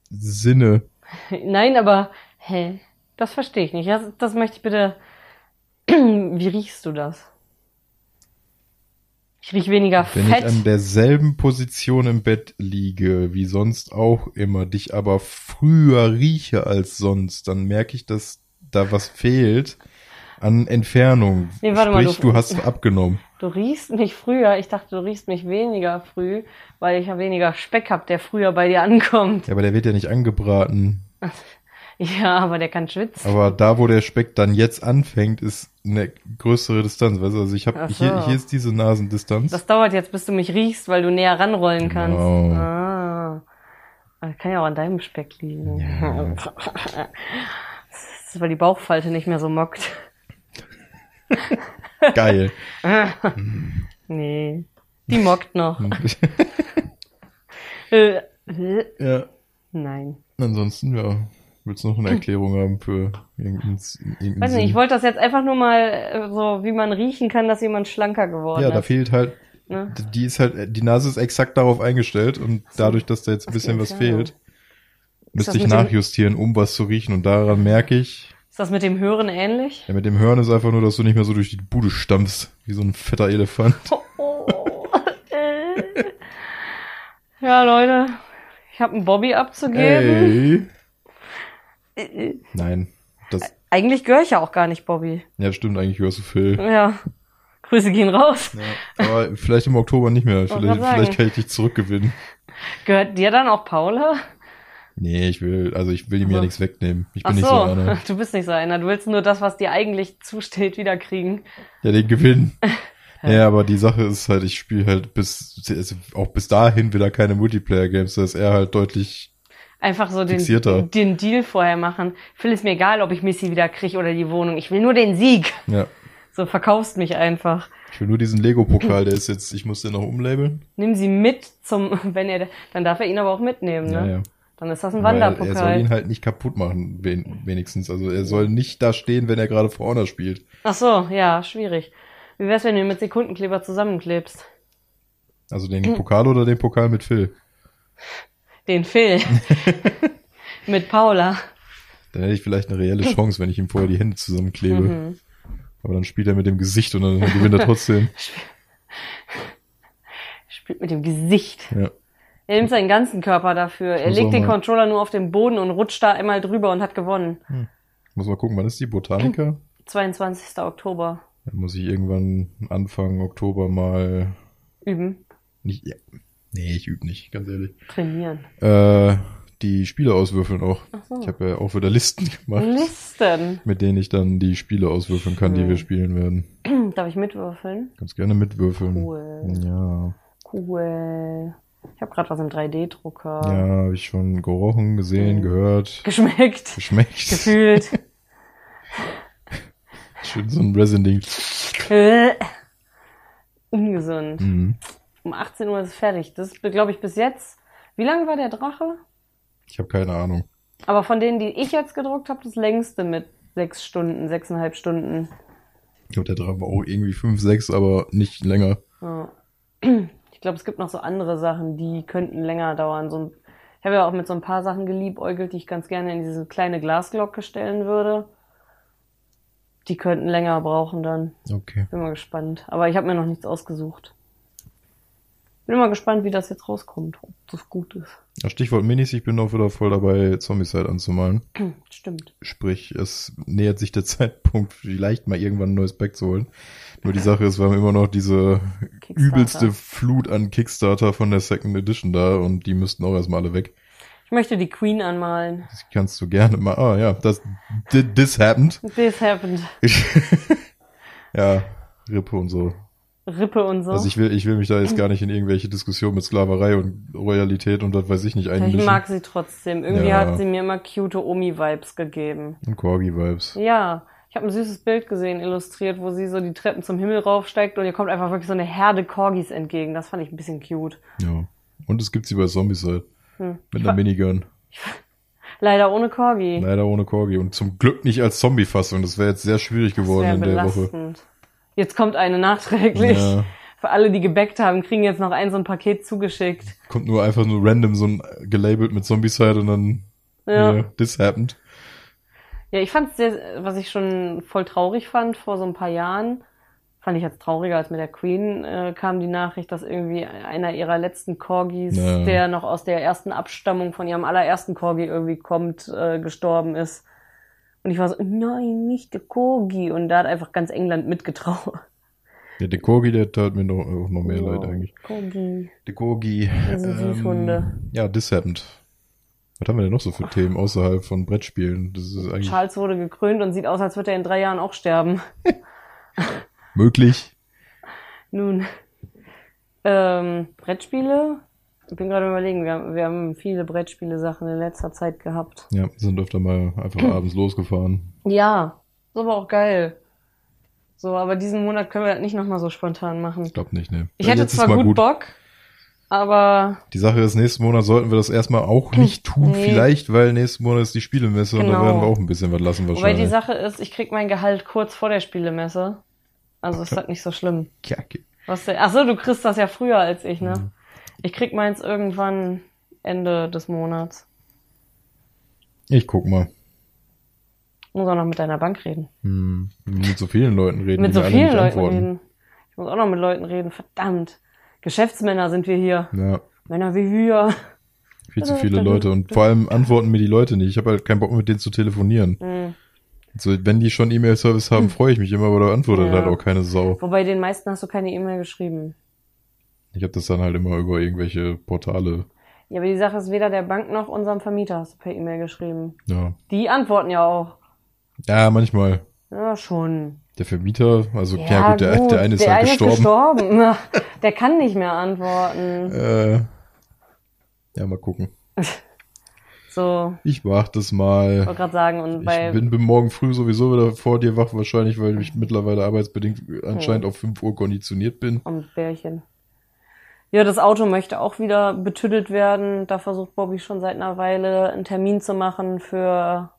Speaker 1: Sinne.
Speaker 2: Nein, aber hä? Das verstehe ich nicht. Das, das möchte ich bitte. Wie riechst du das? Ich riech weniger
Speaker 1: Wenn
Speaker 2: fett.
Speaker 1: ich an derselben Position im Bett liege, wie sonst auch immer, dich aber früher rieche als sonst, dann merke ich, dass da was fehlt an Entfernung.
Speaker 2: Nee, warte mal,
Speaker 1: Sprich,
Speaker 2: du-
Speaker 1: du, hast abgenommen.
Speaker 2: Du riechst mich früher. Ich dachte, du riechst mich weniger früh, weil ich ja weniger Speck hab, der früher bei dir ankommt.
Speaker 1: Ja, aber der wird ja nicht angebraten.
Speaker 2: Ja, aber der kann schwitzen.
Speaker 1: Aber da, wo der Speck dann jetzt anfängt, ist eine größere Distanz. Weißt du, also ich habe
Speaker 2: Ach so.
Speaker 1: hier, hier ist diese Nasendistanz.
Speaker 2: Das dauert jetzt, bis du mich riechst, weil du näher ranrollen kannst.
Speaker 1: Genau.
Speaker 2: Ah. Das kann ja auch an deinem Speck liegen.
Speaker 1: Ja.
Speaker 2: Das ist, weil die Bauchfalte nicht mehr so mockt.
Speaker 1: Geil.
Speaker 2: Nee. Die mockt noch. Äh, äh,
Speaker 1: ja.
Speaker 2: Nein.
Speaker 1: Ansonsten, ja, willst du noch eine Erklärung haben für irgendeinen irgendein
Speaker 2: Weiß
Speaker 1: Sinn?
Speaker 2: nicht, ich wollte das jetzt einfach nur mal äh, so, wie man riechen kann, dass jemand schlanker geworden
Speaker 1: Ja, da
Speaker 2: ist.
Speaker 1: fehlt halt,
Speaker 2: Ne?
Speaker 1: die ist halt, die Nase ist exakt darauf eingestellt und dadurch, dass da jetzt ein
Speaker 2: Was
Speaker 1: bisschen
Speaker 2: geht
Speaker 1: was
Speaker 2: da?
Speaker 1: fehlt,
Speaker 2: das
Speaker 1: müsste ich
Speaker 2: mit dem-
Speaker 1: nachjustieren, um was zu riechen und daran merke ich,
Speaker 2: Ist das mit dem Hören ähnlich?
Speaker 1: ja, mit dem Hören ist einfach nur, dass du nicht mehr so durch die Bude stampfst, wie so ein fetter Elefant.
Speaker 2: Oh, oh. Äh. ja, Leute, ich habe einen Bobby abzugeben.
Speaker 1: Ey.
Speaker 2: Äh, äh,
Speaker 1: Nein, das,
Speaker 2: Eigentlich gehöre ich ja auch gar nicht Bobby.
Speaker 1: ja, stimmt, eigentlich hörst du Phil.
Speaker 2: Ja. Grüße gehen raus.
Speaker 1: Ja, aber vielleicht im Oktober nicht mehr,
Speaker 2: Wollte
Speaker 1: vielleicht,
Speaker 2: gerade sagen.
Speaker 1: vielleicht kann ich dich zurückgewinnen.
Speaker 2: Gehört dir dann auch Paula?
Speaker 1: Nee, ich will, also ich will ihm ja
Speaker 2: Also.
Speaker 1: nichts wegnehmen. Ich bin
Speaker 2: Ach
Speaker 1: nicht
Speaker 2: so,
Speaker 1: so einer.
Speaker 2: du bist nicht so einer. Du willst nur das, was dir eigentlich zusteht, wiederkriegen.
Speaker 1: Ja, den Gewinn. Ja, aber die Sache ist halt, ich spiele halt bis also auch bis dahin wieder keine Multiplayer-Games. Da ist er halt deutlich.
Speaker 2: Einfach so den,
Speaker 1: Fixierter.
Speaker 2: den Deal vorher machen. Phil, ist mir egal, ob ich Missy wieder kriege oder die Wohnung. Ich will nur den Sieg.
Speaker 1: Ja.
Speaker 2: So verkaufst mich einfach.
Speaker 1: Ich will nur diesen Lego-Pokal, der ist jetzt, ich muss den noch umlabeln.
Speaker 2: Nimm sie mit zum, wenn er, dann darf er ihn aber auch mitnehmen, ne?
Speaker 1: Ja, ja.
Speaker 2: Dann ist das ein
Speaker 1: Aber er, er soll
Speaker 2: Wanderpokal.
Speaker 1: ihn halt nicht kaputt machen, wen, wenigstens. Also er soll nicht da stehen, wenn er gerade vorne spielt.
Speaker 2: Ach so, ja, schwierig. Wie wär's, wenn du ihn mit Sekundenkleber zusammenklebst?
Speaker 1: Also
Speaker 2: Hm.
Speaker 1: den Pokal oder den Pokal mit Phil.
Speaker 2: Den Phil. mit Paula.
Speaker 1: Dann hätte ich vielleicht eine reelle Chance, wenn ich ihm vorher die Hände zusammenklebe.
Speaker 2: Mhm.
Speaker 1: Aber dann spielt er mit dem Gesicht und dann gewinnt er trotzdem.
Speaker 2: Spielt mit dem Gesicht.
Speaker 1: Ja.
Speaker 2: Er nimmt seinen ganzen Körper dafür. Er
Speaker 1: muss auch
Speaker 2: legt den
Speaker 1: mal-
Speaker 2: Controller nur auf den Boden und rutscht da einmal drüber und hat gewonnen.
Speaker 1: Muss mal gucken, wann ist die Botanica?
Speaker 2: 22. Oktober.
Speaker 1: Dann muss ich irgendwann Anfang Oktober mal
Speaker 2: Üben.
Speaker 1: nicht. Ja. Nee, ich übe nicht, ganz ehrlich.
Speaker 2: Trainieren.
Speaker 1: Äh, die Spiele auswürfeln auch.
Speaker 2: Ach so.
Speaker 1: Ich habe ja auch wieder Listen gemacht,
Speaker 2: Listen.
Speaker 1: mit denen ich dann die Spiele auswürfeln kann, die
Speaker 2: Schön.
Speaker 1: wir spielen werden.
Speaker 2: Hm, Darf ich mitwürfeln?
Speaker 1: Ganz gerne mitwürfeln.
Speaker 2: Cool.
Speaker 1: Ja.
Speaker 2: Cool. Ich habe gerade was im 3D-Drucker.
Speaker 1: Ja, habe ich schon gerochen, gesehen,
Speaker 2: Mhm.
Speaker 1: gehört,
Speaker 2: Geschmeckt.
Speaker 1: geschmeckt.
Speaker 2: Gefühlt.
Speaker 1: Schön so ein Resident.
Speaker 2: Äh. Ungesund.
Speaker 1: Mhm.
Speaker 2: Um 18 Uhr ist es fertig. Das ist, glaube ich, bis jetzt. Wie lange war der Drache?
Speaker 1: Ich habe keine Ahnung.
Speaker 2: Aber von denen, die ich jetzt gedruckt habe, das längste mit sechs Stunden, sechseinhalb Stunden.
Speaker 1: Ich glaube, der Drache war auch irgendwie fünf, sechs, aber nicht länger.
Speaker 2: Ja. Ich glaube, es gibt noch so andere Sachen, die könnten länger dauern. So ein, Ich habe ja auch mit so ein paar Sachen geliebäugelt, die ich ganz gerne in diese kleine Glasglocke stellen würde. Die könnten länger brauchen dann.
Speaker 1: Okay.
Speaker 2: Bin mal gespannt. Aber ich habe mir noch nichts ausgesucht. Bin mal gespannt, wie das jetzt rauskommt, ob das gut ist.
Speaker 1: Ja, Stichwort Minis, ich bin auch wieder voll dabei, Zombicide anzumalen.
Speaker 2: Stimmt.
Speaker 1: Sprich, es nähert sich der Zeitpunkt, vielleicht mal irgendwann ein neues Pack zu holen. Nur die Sache ist, wir haben immer noch diese
Speaker 2: Kickstarter.
Speaker 1: übelste Flut an Kickstarter von der Second Edition da und die müssten auch erstmal alle weg.
Speaker 2: Ich möchte die Queen anmalen.
Speaker 1: Das kannst du gerne mal. Ah ja, das thi- this happened.
Speaker 2: This happened.
Speaker 1: Ich, ja, Rippe und so.
Speaker 2: Rippe und so.
Speaker 1: Also ich will, ich will mich da jetzt gar nicht in irgendwelche Diskussionen mit Sklaverei und Royalität und das weiß ich nicht
Speaker 2: ich
Speaker 1: einmischen.
Speaker 2: mag sie trotzdem. Irgendwie
Speaker 1: Ja.
Speaker 2: hat sie mir immer cute Omi-Vibes gegeben.
Speaker 1: Und Corgi-Vibes.
Speaker 2: Ja, ich habe ein süßes Bild gesehen, illustriert, wo sie so die Treppen zum Himmel raufsteigt und ihr kommt einfach wirklich so eine Herde Corgis entgegen. Das fand ich ein bisschen cute.
Speaker 1: Ja. Und es gibt sie bei Zombies halt.
Speaker 2: Hm.
Speaker 1: Mit einer Minigun.
Speaker 2: Leider ohne Corgi.
Speaker 1: Leider ohne Corgi. Und zum Glück nicht als Zombie-Fassung. Das wäre jetzt sehr schwierig geworden
Speaker 2: Sehr
Speaker 1: in der Woche.
Speaker 2: belastend. Jetzt kommt eine nachträglich.
Speaker 1: Ja.
Speaker 2: Für alle, die gebackt haben, kriegen jetzt noch ein so ein Paket zugeschickt.
Speaker 1: Kommt nur einfach nur random so ein äh, gelabelt mit Zombicide und dann
Speaker 2: Ja.
Speaker 1: ja, this happened.
Speaker 2: Ja, ich fand's sehr, was ich schon voll traurig fand vor so ein paar Jahren, fand ich jetzt trauriger als mit der Queen, äh, kam die Nachricht, dass irgendwie einer ihrer letzten Corgis,
Speaker 1: Ja.
Speaker 2: der noch aus der ersten Abstammung von ihrem allerersten Corgi irgendwie kommt, äh, gestorben ist. Und ich war so, nein, nicht der Corgi. Und da hat einfach ganz England mitgetrauert.
Speaker 1: Ja, der Corgi, der tat mir noch, auch noch mehr
Speaker 2: Ja,
Speaker 1: leid eigentlich.
Speaker 2: Corgi.
Speaker 1: Der Corgi. ähm,
Speaker 2: Das sind Süßhunde.
Speaker 1: ja, this happened. Was haben wir denn noch so für Themen außerhalb von Brettspielen? Das ist eigentlich
Speaker 2: Charles wurde gekrönt und sieht aus, als würde er in drei Jahren auch sterben.
Speaker 1: möglich.
Speaker 2: Nun, ähm, Brettspiele. Ich bin gerade überlegen, wir haben, wir haben viele Brettspiele-Sachen in letzter Zeit gehabt.
Speaker 1: Ja, sind öfter mal einfach abends losgefahren.
Speaker 2: Ja, ist aber auch geil. So, aber diesen Monat können wir das nicht nochmal so spontan machen.
Speaker 1: Ich glaube nicht, ne.
Speaker 2: Ich hätte
Speaker 1: Jetzt ist
Speaker 2: zwar
Speaker 1: mal
Speaker 2: gut, Bock, aber
Speaker 1: Die Sache ist, nächsten Monat sollten wir das erstmal auch nicht tun.
Speaker 2: Nee.
Speaker 1: Vielleicht, weil nächsten Monat ist die Spielemesse und da
Speaker 2: Genau.
Speaker 1: werden wir auch ein bisschen was lassen
Speaker 2: wobei die
Speaker 1: wahrscheinlich.
Speaker 2: Sache ist, ich krieg mein Gehalt kurz vor der Spielemesse. Also ist das nicht so schlimm.
Speaker 1: Kacke.
Speaker 2: Was denn? Ach so, du kriegst das ja früher als ich, ne?
Speaker 1: Mhm.
Speaker 2: Ich krieg meins irgendwann Ende des Monats.
Speaker 1: Ich guck mal.
Speaker 2: Muss auch noch mit deiner Bank reden.
Speaker 1: Hm. Mit so vielen Leuten reden,
Speaker 2: mit
Speaker 1: die
Speaker 2: so
Speaker 1: mir alle
Speaker 2: vielen
Speaker 1: nicht
Speaker 2: Leuten
Speaker 1: antworten.
Speaker 2: reden. Ich muss auch noch mit Leuten reden. Verdammt. Geschäftsmänner sind wir hier.
Speaker 1: Ja,
Speaker 2: Männer wie wir.
Speaker 1: viel
Speaker 2: Also,
Speaker 1: zu viele Leute. Und vor allem antworten mir die Leute nicht. Ich habe halt keinen Bock, mit denen zu telefonieren.
Speaker 2: Mhm.
Speaker 1: So, wenn die schon E-Mail-Service haben, freue ich mich immer, aber da antwortet
Speaker 2: Hm. Ja.
Speaker 1: halt auch keine Sau.
Speaker 2: Wobei den meisten hast du keine E-Mail geschrieben.
Speaker 1: Ich habe das dann halt immer über irgendwelche Portale.
Speaker 2: Ja, aber die Sache ist, weder der Bank noch unserem Vermieter hast du per E-Mail geschrieben.
Speaker 1: Ja,
Speaker 2: Die antworten ja auch.
Speaker 1: ja manchmal.
Speaker 2: Ja, schon.
Speaker 1: Der Vermieter, also ja, gut, der, der eine ist halt gestorben.
Speaker 2: gestorben. Na, Der kann nicht mehr antworten.
Speaker 1: Äh, ja, mal gucken.
Speaker 2: So,
Speaker 1: Ich mach das mal.
Speaker 2: wollte gerade sagen. Und
Speaker 1: Ich
Speaker 2: bei
Speaker 1: bin, bin morgen früh sowieso wieder vor dir wach, wahrscheinlich, weil ich
Speaker 2: Mhm.
Speaker 1: mittlerweile arbeitsbedingt anscheinend auf 5 Uhr konditioniert bin.
Speaker 2: am Bärchen. Ja, das Auto möchte auch wieder betüdelt werden. Da versucht Bobby schon seit einer Weile einen Termin zu machen für,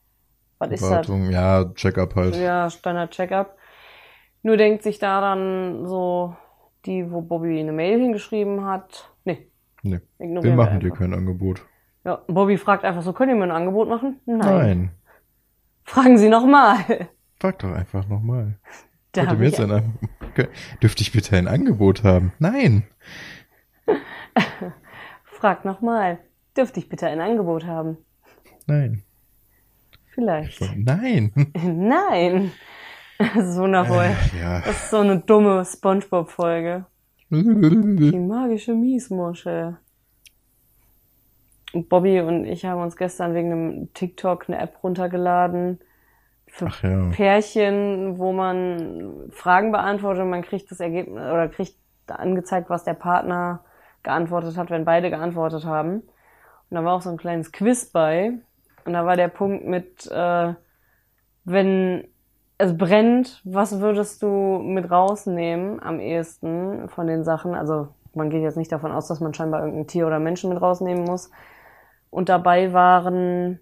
Speaker 2: was ist das?
Speaker 1: Wartung, ja, Check-up halt.
Speaker 2: Ja, Standard-Check-up. Nur denkt sich da dann so, die, wo Bobby eine Mail hingeschrieben hat. Nee,
Speaker 1: Nee.
Speaker 2: ignorieren
Speaker 1: Wir machen dir
Speaker 2: einfach.
Speaker 1: kein Angebot.
Speaker 2: Ja, Bobby fragt einfach so, könnt ihr mir ein Angebot machen? Nein.
Speaker 1: Nein.
Speaker 2: Fragen Sie nochmal.
Speaker 1: Frag doch einfach nochmal.
Speaker 2: Da
Speaker 1: Könnt ihr
Speaker 2: hab
Speaker 1: mir jetzt
Speaker 2: ich,
Speaker 1: ein Angebot. Dürfte ich bitte ein Angebot haben? Nein.
Speaker 2: frag nochmal. Dürfte ich bitte ein Angebot haben?
Speaker 1: Nein.
Speaker 2: Vielleicht.
Speaker 1: Nein.
Speaker 2: Nein. Das ist wundervoll.
Speaker 1: Ja.
Speaker 2: Das ist so eine dumme Spongebob-Folge. Die magische Miesmuschel. Und Bobby und ich haben uns gestern wegen einem TikTok eine App runtergeladen. Für
Speaker 1: Ach ja.
Speaker 2: Pärchen, wo man Fragen beantwortet und man kriegt das Ergebnis oder kriegt angezeigt, was der Partner geantwortet hat, wenn beide geantwortet haben. Und da war auch so ein kleines Quiz bei. Und da war der Punkt mit, äh, wenn es brennt, was würdest du mit rausnehmen am ehesten von den Sachen? Also man geht jetzt nicht davon aus, dass man scheinbar irgendein Tier oder Menschen mit rausnehmen muss. Und dabei waren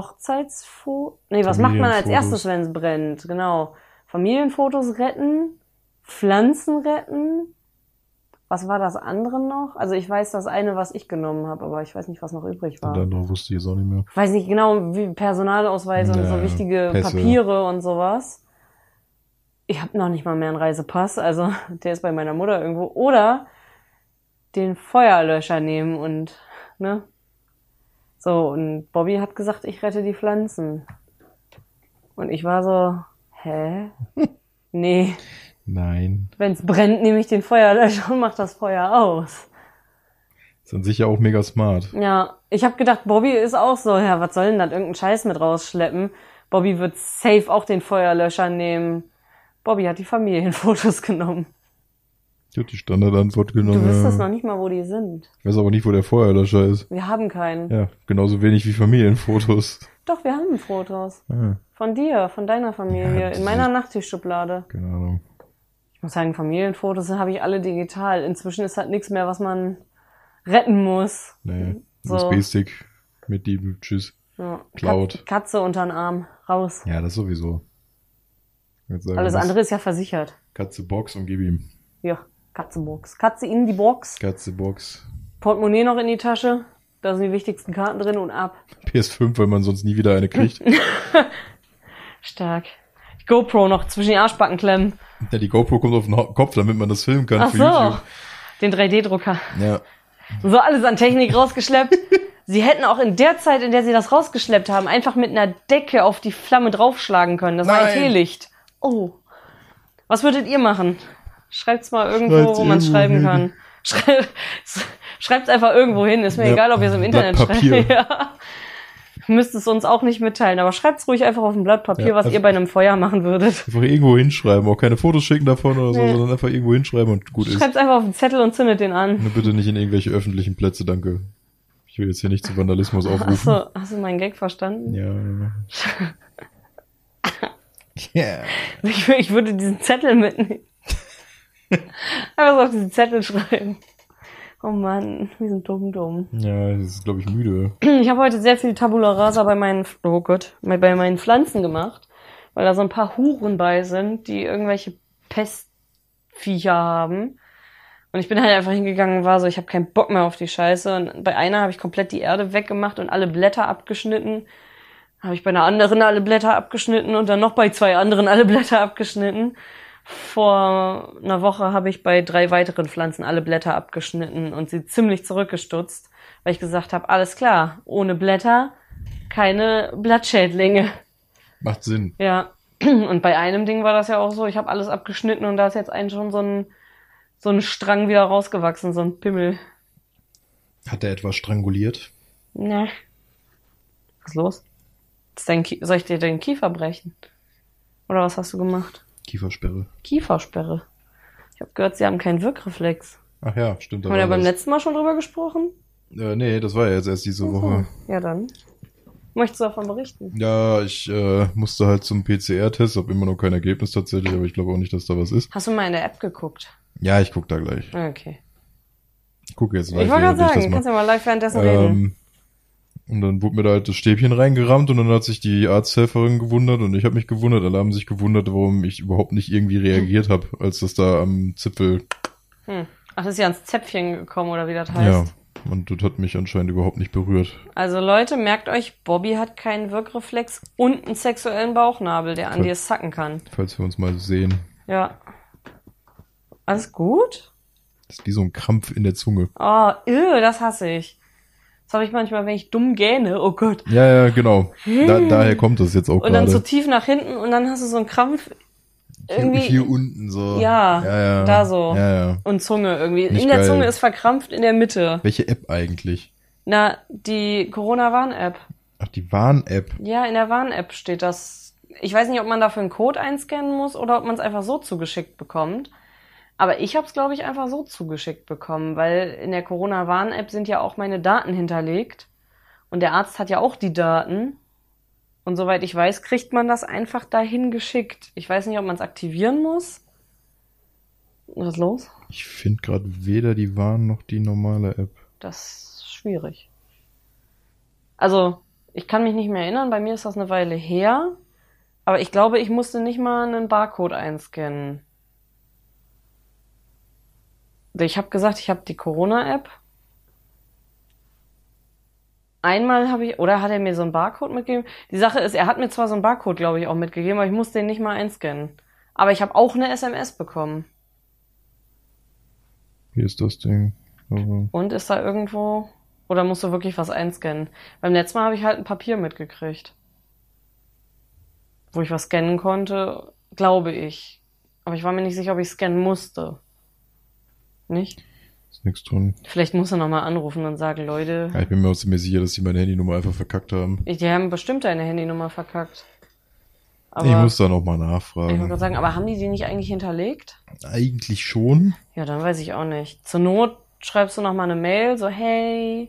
Speaker 2: Hochzeitsfotos. Nee, was macht man als
Speaker 1: Familienfotos.
Speaker 2: erstes, wenn es brennt? Genau. Familienfotos retten, Pflanzen retten, Was war das andere noch? Also ich weiß das eine, was ich genommen habe, aber ich weiß nicht, was noch übrig war.
Speaker 1: Und andere wusste ich es auch nicht mehr.
Speaker 2: Ich weiß nicht genau, wie Personalausweis und so
Speaker 1: Ja,
Speaker 2: wichtige
Speaker 1: Pässe.
Speaker 2: Papiere und sowas. Ich habe noch nicht mal mehr einen Reisepass, also der ist bei meiner Mutter irgendwo. Oder den Feuerlöscher nehmen und, ne? So, und Bobby hat gesagt, ich rette die Pflanzen. Und ich war so, hä? nee,
Speaker 1: Nein.
Speaker 2: wenn's brennt, nehme ich den Feuerlöscher und mach das Feuer aus.
Speaker 1: Ist dann sicher auch mega smart.
Speaker 2: Ja, ich habe gedacht, Bobby ist auch so, ja, was soll denn das, irgendeinen Scheiß mit rausschleppen? Bobby wird safe auch den Feuerlöscher nehmen. Bobby hat die Familienfotos genommen.
Speaker 1: Ich hab die Standardantwort genommen.
Speaker 2: Du wüsstest
Speaker 1: ja.
Speaker 2: noch nicht mal, wo die sind.
Speaker 1: Ich weiß aber nicht, wo der Feuerlöscher ist.
Speaker 2: Wir haben keinen.
Speaker 1: Ja, genauso wenig wie Familienfotos.
Speaker 2: Doch, wir haben Fotos.
Speaker 1: Ah,
Speaker 2: Von dir, von deiner Familie,
Speaker 1: Ja,
Speaker 2: in
Speaker 1: diese-
Speaker 2: meiner Nachttischschublade.
Speaker 1: keine Ahnung.
Speaker 2: Ich muss sagen, Familienfotos habe ich alle digital. Inzwischen ist halt nichts mehr, was man retten muss.
Speaker 1: Nee.
Speaker 2: So.
Speaker 1: USB-Stick mit die Tschüss.
Speaker 2: Ja.
Speaker 1: Cloud.
Speaker 2: Kat- Katze unter den Arm, raus.
Speaker 1: Ja, das sowieso. Ich würd sagen,
Speaker 2: Alles
Speaker 1: das-
Speaker 2: andere ist ja versichert.
Speaker 1: Katze Box und gib ihm.
Speaker 2: Ja, Katzenbox. Katze in die Box.
Speaker 1: Katze Box.
Speaker 2: Portemonnaie noch in die Tasche. Da sind die wichtigsten Karten drin und ab.
Speaker 1: PS5, weil man sonst nie wieder eine kriegt.
Speaker 2: Stark. Die GoPro noch zwischen die Arschbacken klemmen.
Speaker 1: ja, die GoPro kommt auf den Ho- Kopf, damit man das filmen kann
Speaker 2: Ach
Speaker 1: für
Speaker 2: so.
Speaker 1: YouTube.
Speaker 2: Den 3D-Drucker.
Speaker 1: Ja.
Speaker 2: So alles an Technik rausgeschleppt. Sie hätten auch in der Zeit, in der sie das rausgeschleppt haben, einfach mit einer Decke auf die Flamme draufschlagen können. Das war ein
Speaker 1: Nein.
Speaker 2: Teelicht. Oh. Was würdet ihr machen? Schreibt's mal irgendwo,
Speaker 1: Schreibt's
Speaker 2: wo man
Speaker 1: irgendwo
Speaker 2: schreiben
Speaker 1: hin.
Speaker 2: kann. Schrei Schreibt's einfach irgendwo hin. Ist mir
Speaker 1: Ja,
Speaker 2: egal, ob ihr es im
Speaker 1: Blatt
Speaker 2: Internet
Speaker 1: Papier.
Speaker 2: schreibt. Ja. Müsst es uns auch nicht mitteilen, aber schreibt's ruhig einfach auf ein Blatt Papier,
Speaker 1: Ja,
Speaker 2: was
Speaker 1: also-
Speaker 2: ihr bei einem Feuer machen würdet.
Speaker 1: Einfach irgendwo hinschreiben. Auch keine Fotos schicken davon oder so,
Speaker 2: Nee.
Speaker 1: sondern einfach irgendwo hinschreiben und gut ist.
Speaker 2: Schreibt's einfach auf den Zettel und zündet den an.
Speaker 1: Nur bitte nicht in irgendwelche öffentlichen Plätze, danke. Ich will jetzt hier nicht zu Vandalismus aufrufen.
Speaker 2: Achso, hast du meinen Gag verstanden?
Speaker 1: Ja. yeah.
Speaker 2: Ich, wür- ich würde diesen Zettel mitnehmen. Einfach so auf diesen Zettel schreiben. Oh Mann, wir sind dumm, dumm.
Speaker 1: Ja, das ist, glaube ich, müde.
Speaker 2: Ich habe heute sehr viel Tabula Rasa bei meinen, oh Gott, bei- bei meinen Pflanzen gemacht, weil da so ein paar Huren bei sind, die irgendwelche Pestviecher haben. Und ich bin halt einfach hingegangen und war so, ich habe keinen Bock mehr auf die Scheiße. Und bei einer habe ich komplett die Erde weggemacht und alle Blätter abgeschnitten. Habe ich bei einer anderen alle Blätter abgeschnitten und dann noch bei zwei anderen alle Blätter abgeschnitten. Vor einer Woche habe ich bei drei weiteren Pflanzen alle Blätter abgeschnitten und sie ziemlich zurückgestutzt, weil ich gesagt habe, alles klar, ohne Blätter keine Blattschädlinge.
Speaker 1: Macht Sinn.
Speaker 2: Ja. Und bei einem Ding war das ja auch so, ich habe alles abgeschnitten und da ist jetzt ein schon so ein, so ein Strang wieder rausgewachsen, so ein Pimmel.
Speaker 1: Hat er etwas stranguliert?
Speaker 2: Na. Was ist los? Ist dein Kie- soll ich dir den Kiefer brechen? Oder was hast du gemacht?
Speaker 1: Kiefersperre.
Speaker 2: Kiefersperre. Ich habe gehört, sie haben keinen Wirkreflex.
Speaker 1: Ach ja, stimmt. da
Speaker 2: Haben wir da
Speaker 1: war
Speaker 2: beim
Speaker 1: das.
Speaker 2: letzten Mal schon drüber gesprochen?
Speaker 1: Äh, nee, das war ja jetzt erst diese Woche.
Speaker 2: Ja, dann. Möchtest du davon berichten?
Speaker 1: Ja, ich äh, musste halt zum PCR-Test, habe immer noch kein Ergebnis tatsächlich, aber ich glaube auch nicht, dass da was ist.
Speaker 2: Hast du mal in der App geguckt?
Speaker 1: Ja, ich guck da gleich.
Speaker 2: Ah, Okay.
Speaker 1: Ich gucke jetzt
Speaker 2: Ich
Speaker 1: live,
Speaker 2: wollte gerade
Speaker 1: während
Speaker 2: sagen, kannst ja mal live währenddessen reden.
Speaker 1: Ähm, und dann wurde mir da halt das Stäbchen reingerammt und dann hat sich die Arzthelferin gewundert und ich habe mich gewundert. Alle haben sich gewundert, warum ich überhaupt nicht irgendwie reagiert habe, als das da am Zipfel.
Speaker 2: Hm. Ach, das ist ja ans Zäpfchen gekommen oder wie das
Speaker 1: Ja.
Speaker 2: heißt.
Speaker 1: Und das hat mich anscheinend überhaupt nicht berührt.
Speaker 2: Also Leute, merkt euch, Bobby hat keinen Wirkreflex und einen sexuellen Bauchnabel, der an
Speaker 1: Toll.
Speaker 2: dir sacken kann.
Speaker 1: Falls wir uns mal sehen.
Speaker 2: Ja. Alles gut?
Speaker 1: Das ist wie so ein Krampf in der Zunge.
Speaker 2: Oh, ew, das hasse ich. Das habe ich manchmal, wenn ich dumm gähne. Oh Gott.
Speaker 1: Ja, ja, genau. Da, daher kommt das jetzt auch
Speaker 2: Und dann so
Speaker 1: gerade.
Speaker 2: tief nach hinten und dann hast du so einen Krampf
Speaker 1: Hier,
Speaker 2: irgendwie-
Speaker 1: hier unten so.
Speaker 2: Ja, da so.
Speaker 1: Ja, ja.
Speaker 2: und Zunge irgendwie.
Speaker 1: Nicht
Speaker 2: in der
Speaker 1: geil.
Speaker 2: Zunge ist verkrampft in der Mitte.
Speaker 1: Welche App eigentlich?
Speaker 2: Na, die Corona-Warn-App.
Speaker 1: Ach, die Warn-App.
Speaker 2: Ja, in der Warn-App steht das. Ich weiß nicht, ob man dafür einen Code einscannen muss oder ob man es einfach so zugeschickt bekommt. Aber ich habe es, glaube ich, einfach so zugeschickt bekommen, weil in der Corona-Warn-App sind ja auch meine Daten hinterlegt. Und der Arzt hat ja auch die Daten. Und soweit ich weiß, kriegt man das einfach dahin geschickt. Ich weiß nicht, ob man es aktivieren muss. Was ist los?
Speaker 1: Ich finde gerade weder die Warn noch die normale App.
Speaker 2: Das ist schwierig. Also, ich kann mich nicht mehr erinnern, bei mir ist das eine Weile her, aber ich glaube, ich musste nicht mal einen Barcode einscannen. Ich habe gesagt, ich habe die Corona-App. Einmal habe ich, oder hat er mir so einen Barcode mitgegeben? Die Sache ist, er hat mir zwar so einen Barcode, glaube ich, auch mitgegeben, aber ich muss den nicht mal einscannen. Aber ich habe auch eine SMS bekommen.
Speaker 1: Hier ist das Ding. Also,
Speaker 2: Und ist da irgendwo, oder musst du wirklich was einscannen? Beim letzten Mal habe ich halt ein Papier mitgekriegt, wo ich was scannen konnte, glaube ich. Aber ich war mir nicht sicher, ob ich scannen musste. Nicht?
Speaker 1: ist nichts drin.
Speaker 2: Vielleicht muss er nochmal anrufen und sagen, Leute,
Speaker 1: Ja, ich bin mir auch ziemlich sicher, dass die meine Handynummer einfach verkackt haben.
Speaker 2: ich- die haben bestimmt deine Handynummer verkackt. Aber
Speaker 1: ich muss da nochmal
Speaker 2: ich wollte
Speaker 1: nachfragen.
Speaker 2: gerade sagen, aber haben die die nicht eigentlich hinterlegt?
Speaker 1: Eigentlich schon.
Speaker 2: Ja, dann weiß ich auch nicht. Zur Not schreibst du noch mal eine Mail, so hey,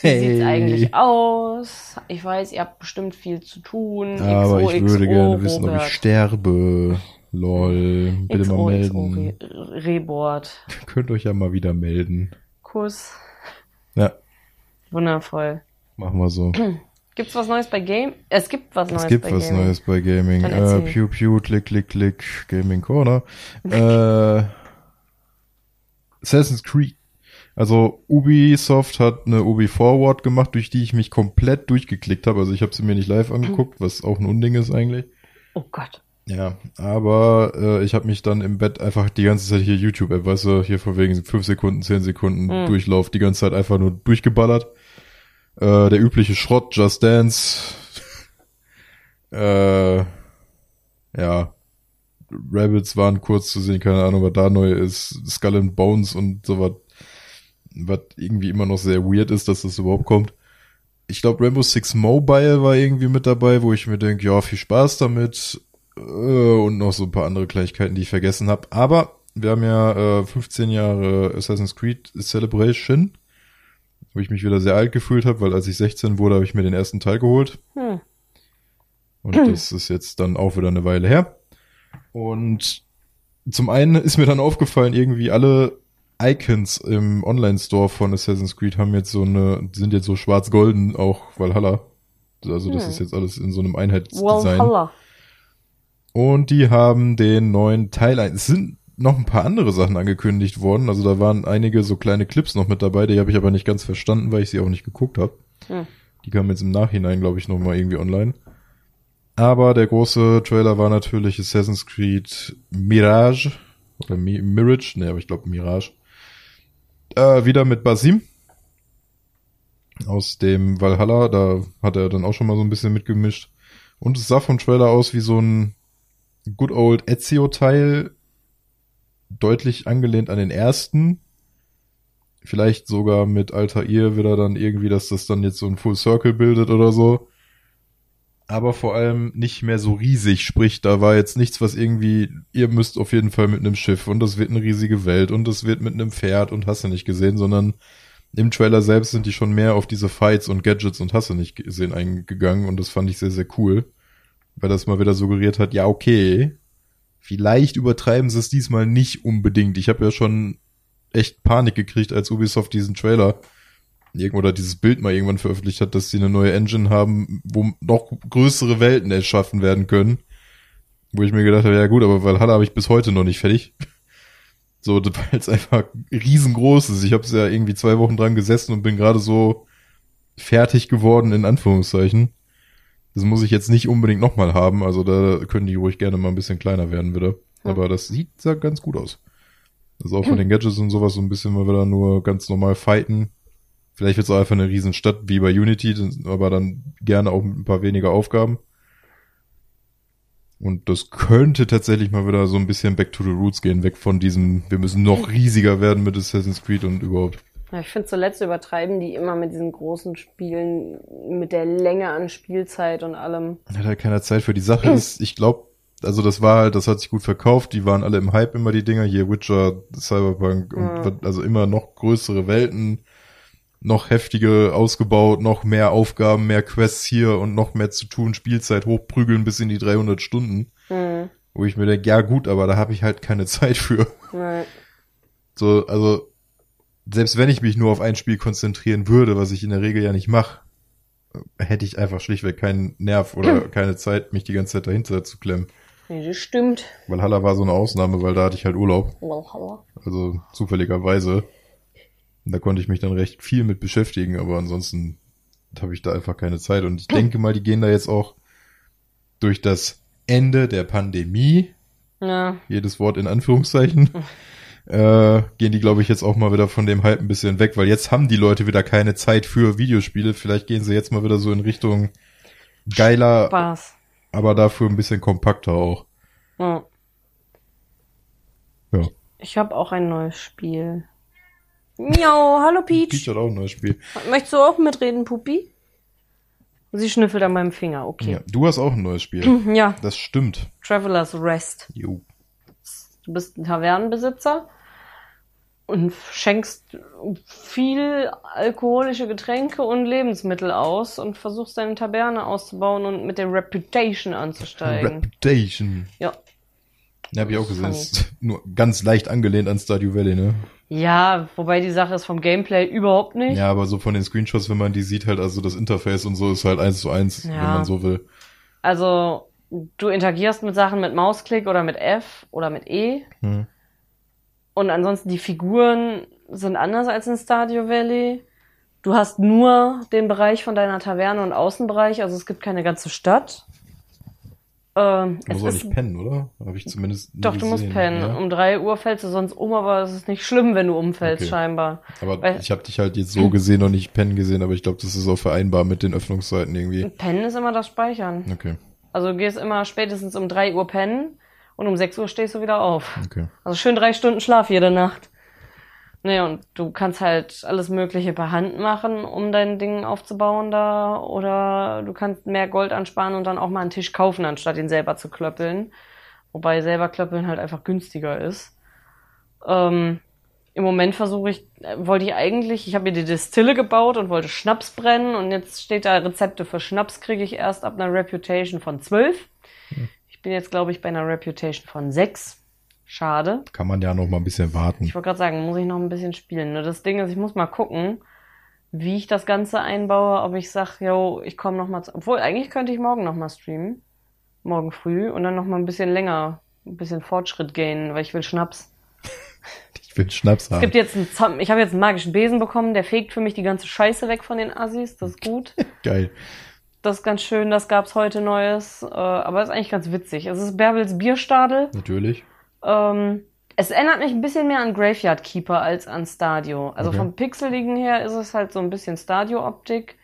Speaker 2: wie sieht's eigentlich aus? Ich weiß, ihr habt bestimmt viel zu tun.
Speaker 1: Aber ich würde gerne wissen, ob
Speaker 2: Robert.
Speaker 1: ich sterbe. Lol. Bitte
Speaker 2: XOXO
Speaker 1: mal melden.
Speaker 2: Re Reboard.
Speaker 1: Könnt euch ja mal wieder melden.
Speaker 2: Kuss.
Speaker 1: Ja,
Speaker 2: Wundervoll.
Speaker 1: machen wir so.
Speaker 2: Gibt's was Neues bei Game? Es gibt was Hm, Neues
Speaker 1: Es gibt
Speaker 2: bei
Speaker 1: was
Speaker 2: Game.
Speaker 1: Neues bei Gaming.
Speaker 2: Dann
Speaker 1: Äh,
Speaker 2: erzähl.
Speaker 1: pew pew, klick, klick, klick, Gaming Corner. äh, Assassin's Creed. Also Ubisoft hat eine Ubi Forward gemacht, durch die ich mich komplett durchgeklickt habe. Also ich habe sie mir nicht live angeguckt,
Speaker 2: Hm.
Speaker 1: was auch ein Unding ist eigentlich.
Speaker 2: Oh Gott.
Speaker 1: Ja, aber äh, ich habe mich dann im Bett einfach die ganze Zeit hier YouTube-App, weißt du, hier von wegen 5 Sekunden, 10 Sekunden
Speaker 2: Mhm.
Speaker 1: Durchlauf, die ganze Zeit einfach nur durchgeballert. Äh, der übliche Schrott, Just Dance. äh, ja. Rabbits waren kurz zu sehen, keine Ahnung, was da neu ist. Skull and Bones und sowas. Was irgendwie immer noch sehr weird ist, dass das überhaupt kommt. Ich glaube, Rainbow Six Mobile war irgendwie mit dabei, wo ich mir denke, ja, viel Spaß damit. Äh, und noch so ein paar andere Kleinigkeiten, die ich vergessen habe. Aber wir haben ja äh, 15 Jahre Assassin's Creed Celebration, wo ich mich wieder sehr alt gefühlt habe, weil als ich 16 wurde, habe ich mir den ersten Teil geholt.
Speaker 2: Hm.
Speaker 1: Und das ist jetzt dann auch wieder eine Weile her. Und zum einen ist mir dann aufgefallen, irgendwie alle Icons im Online-Store von Assassin's Creed haben jetzt so eine, sind jetzt so schwarz-golden, auch Valhalla. Also das
Speaker 2: Hm.
Speaker 1: ist jetzt alles in so einem Einheitsdesign.
Speaker 2: Walhalla.
Speaker 1: Und die haben den neuen Teil ein. Es sind noch ein paar andere Sachen angekündigt worden. Also da waren einige so kleine Clips noch mit dabei, die habe ich aber nicht ganz verstanden, weil ich sie auch nicht geguckt habe.
Speaker 2: Hm.
Speaker 1: Die kamen jetzt im Nachhinein, glaube ich, nochmal irgendwie online. Aber der große Trailer war natürlich Assassin's Creed Mirage. Oder Mi Mirage, ne, aber ich glaube Mirage. Äh, wieder mit Basim. Aus dem Valhalla, da hat er dann auch schon mal so ein bisschen mitgemischt. Und es sah vom Trailer aus wie so ein Good Old Ezio-Teil, deutlich angelehnt an den ersten. Vielleicht sogar mit Altair wieder dann irgendwie, dass das dann jetzt so ein Full Circle bildet oder so. Aber vor allem nicht mehr so riesig, sprich, da war jetzt nichts, was irgendwie, ihr müsst auf jeden Fall mit einem Schiff und das wird eine riesige Welt und das wird mit einem Pferd und hast du nicht gesehen, sondern im Trailer selbst sind die schon mehr auf diese Fights und Gadgets und hast du nicht gesehen eingegangen und das fand ich sehr, sehr cool weil das mal wieder suggeriert hat, ja, okay, vielleicht übertreiben sie es diesmal nicht unbedingt. Ich habe ja schon echt Panik gekriegt, als Ubisoft diesen Trailer irgend- oder dieses Bild mal irgendwann veröffentlicht hat, dass sie eine neue Engine haben, wo noch größere Welten erschaffen werden können. Wo ich mir gedacht habe, ja gut, aber Valhalla habe ich bis heute noch nicht fertig. So, das war jetzt einfach riesengroß ist. Ich habe es ja irgendwie zwei Wochen dran gesessen und bin gerade so fertig geworden, in Anführungszeichen. Das muss ich jetzt nicht unbedingt nochmal haben, also da können die ruhig gerne mal ein bisschen kleiner werden wieder. Aber das sieht sah ganz gut aus. Also auch von den Gadgets und sowas so ein bisschen mal wieder nur ganz normal fighten. Vielleicht wird's auch einfach eine Riesenstadt wie bei Unity, aber dann gerne auch mit ein paar weniger Aufgaben. Und das könnte tatsächlich mal wieder so ein bisschen back to the roots gehen, weg von diesem, wir müssen noch riesiger werden mit Assassin's Creed und überhaupt.
Speaker 2: Ja, ich finde zuletzt übertreiben die immer mit diesen großen Spielen, mit der Länge an Spielzeit und allem.
Speaker 1: Hat halt keiner Zeit für die Sache ist, ich glaube, also das war halt, das hat sich gut verkauft, die waren alle im Hype immer die Dinger, hier Witcher, Cyberpunk und
Speaker 2: Ja.
Speaker 1: was- also immer noch größere Welten, noch heftige ausgebaut, noch mehr Aufgaben, mehr Quests hier und noch mehr zu tun, Spielzeit hochprügeln bis in die 300 Stunden,
Speaker 2: Hm.
Speaker 1: wo ich mir denke, ja gut, aber da habe ich halt keine Zeit für.
Speaker 2: Nein.
Speaker 1: So, also selbst wenn ich mich nur auf ein Spiel konzentrieren würde, was ich in der Regel ja nicht äh, mache, hätte ich einfach schlichtweg keinen Nerv oder keine Zeit, mich die ganze Zeit dahinter zu klemmen.
Speaker 2: Nee, das stimmt.
Speaker 1: Valhalla war so eine Ausnahme, weil da hatte ich halt Urlaub.
Speaker 2: Valhalla.
Speaker 1: Also zufälligerweise. Und Da konnte ich mich dann recht viel mit beschäftigen, aber ansonsten habe ich da einfach keine Zeit. Und ich denke mal, die gehen da jetzt auch durch das Ende der Pandemie,
Speaker 2: Ja,
Speaker 1: jedes Wort in Anführungszeichen, äh, gehen die, glaube ich, jetzt auch mal wieder von dem Hype ein bisschen weg, weil jetzt haben die Leute wieder keine Zeit für Videospiele. Vielleicht gehen sie jetzt mal wieder so in Richtung geiler,
Speaker 2: Spaß.
Speaker 1: aber dafür ein bisschen kompakter auch.
Speaker 2: Ja.
Speaker 1: Ja.
Speaker 2: Ich habe auch ein neues Spiel. Miau, hallo
Speaker 1: Peach
Speaker 2: Peach.
Speaker 1: hat auch ein neues Spiel.
Speaker 2: Möchtest du auch mitreden, Puppi? Sie schnüffelt an meinem Finger, okay. Mhm.
Speaker 1: Ja, du hast auch ein neues Spiel.
Speaker 2: Ja,
Speaker 1: Das stimmt.
Speaker 2: Traveler's Rest.
Speaker 1: Jo.
Speaker 2: Du bist ein Tavernenbesitzer und schenkst viel alkoholische Getränke und Lebensmittel aus und versuchst deine Taverne auszubauen und mit der Reputation anzusteigen.
Speaker 1: Reputation.
Speaker 2: ja.
Speaker 1: Ja, hab ich auch gesehen.
Speaker 2: Funny.
Speaker 1: Ist nur ganz leicht angelehnt an Stardew Valley, ne?
Speaker 2: ja, wobei die Sache ist vom Gameplay überhaupt nicht.
Speaker 1: Ja, aber so von den Screenshots, wenn man die sieht, halt, also das Interface und so ist halt eins zu eins, wenn
Speaker 2: Ja.
Speaker 1: man so will.
Speaker 2: Also du interagierst mit Sachen mit Mausklick oder mit F oder mit E
Speaker 1: Hm.
Speaker 2: und ansonsten die Figuren sind anders als in Stadio Valley. Du hast nur den Bereich von deiner Taverne und Außenbereich, also es gibt keine ganze Stadt. Ähm,
Speaker 1: Du
Speaker 2: es
Speaker 1: musst auch nicht
Speaker 2: ist,
Speaker 1: pennen, oder? Habe ich zumindest nie
Speaker 2: doch, du musst
Speaker 1: gesehen,
Speaker 2: pennen.
Speaker 1: ja?
Speaker 2: Um drei Uhr fällst du sonst um, aber es ist nicht schlimm, wenn du umfällst,
Speaker 1: Okay.
Speaker 2: scheinbar.
Speaker 1: Aber
Speaker 2: weil-
Speaker 1: ich habe dich halt jetzt so gesehen und nicht pennen gesehen, aber ich glaube, das ist auch vereinbar mit den Öffnungszeiten irgendwie.
Speaker 2: Pennen ist immer das Speichern.
Speaker 1: Okay,
Speaker 2: Also du gehst immer spätestens um drei Uhr pennen und um sechs Uhr stehst du wieder auf.
Speaker 1: okay.
Speaker 2: Also schön drei Stunden Schlaf jede Nacht. Nee, und du kannst halt alles Mögliche per Hand machen, um dein Ding aufzubauen da. Oder du kannst mehr Gold ansparen und dann auch mal einen Tisch kaufen, anstatt ihn selber zu klöppeln. Wobei selber klöppeln halt einfach günstiger ist. Ähm, Im Moment versuche ich, äh, wollte ich eigentlich, ich habe mir die Distille gebaut und wollte Schnaps brennen. Und jetzt steht da, Rezepte für Schnaps kriege ich erst ab einer Reputation von 12. Ich bin jetzt, glaube ich, bei einer Reputation von 6. Schade.
Speaker 1: Kann man ja noch mal ein bisschen warten.
Speaker 2: Ich wollte gerade sagen, muss ich noch ein bisschen spielen. Nur das Ding ist, ich muss mal gucken, wie ich das Ganze einbaue, ob ich sage, yo, ich komme noch mal zu. Obwohl, eigentlich könnte ich morgen noch mal streamen. Morgen früh und dann noch mal ein bisschen länger, ein bisschen Fortschritt gehen, weil ich will Schnaps.
Speaker 1: Ich will Schnaps
Speaker 2: Es
Speaker 1: haben.
Speaker 2: gibt jetzt einen Zam ich habe jetzt einen magischen Besen bekommen, der fegt für mich die ganze Scheiße weg von den Assis, das ist gut.
Speaker 1: Geil.
Speaker 2: Das ist ganz schön, das gab's heute Neues, äh, aber ist eigentlich ganz witzig. Es ist Bärbels Bierstadel.
Speaker 1: Natürlich.
Speaker 2: Ähm, es erinnert mich ein bisschen mehr an Graveyard Keeper als an Stadio. Also
Speaker 1: Okay.
Speaker 2: vom Pixeligen her ist es halt so ein bisschen Stadio-Optik.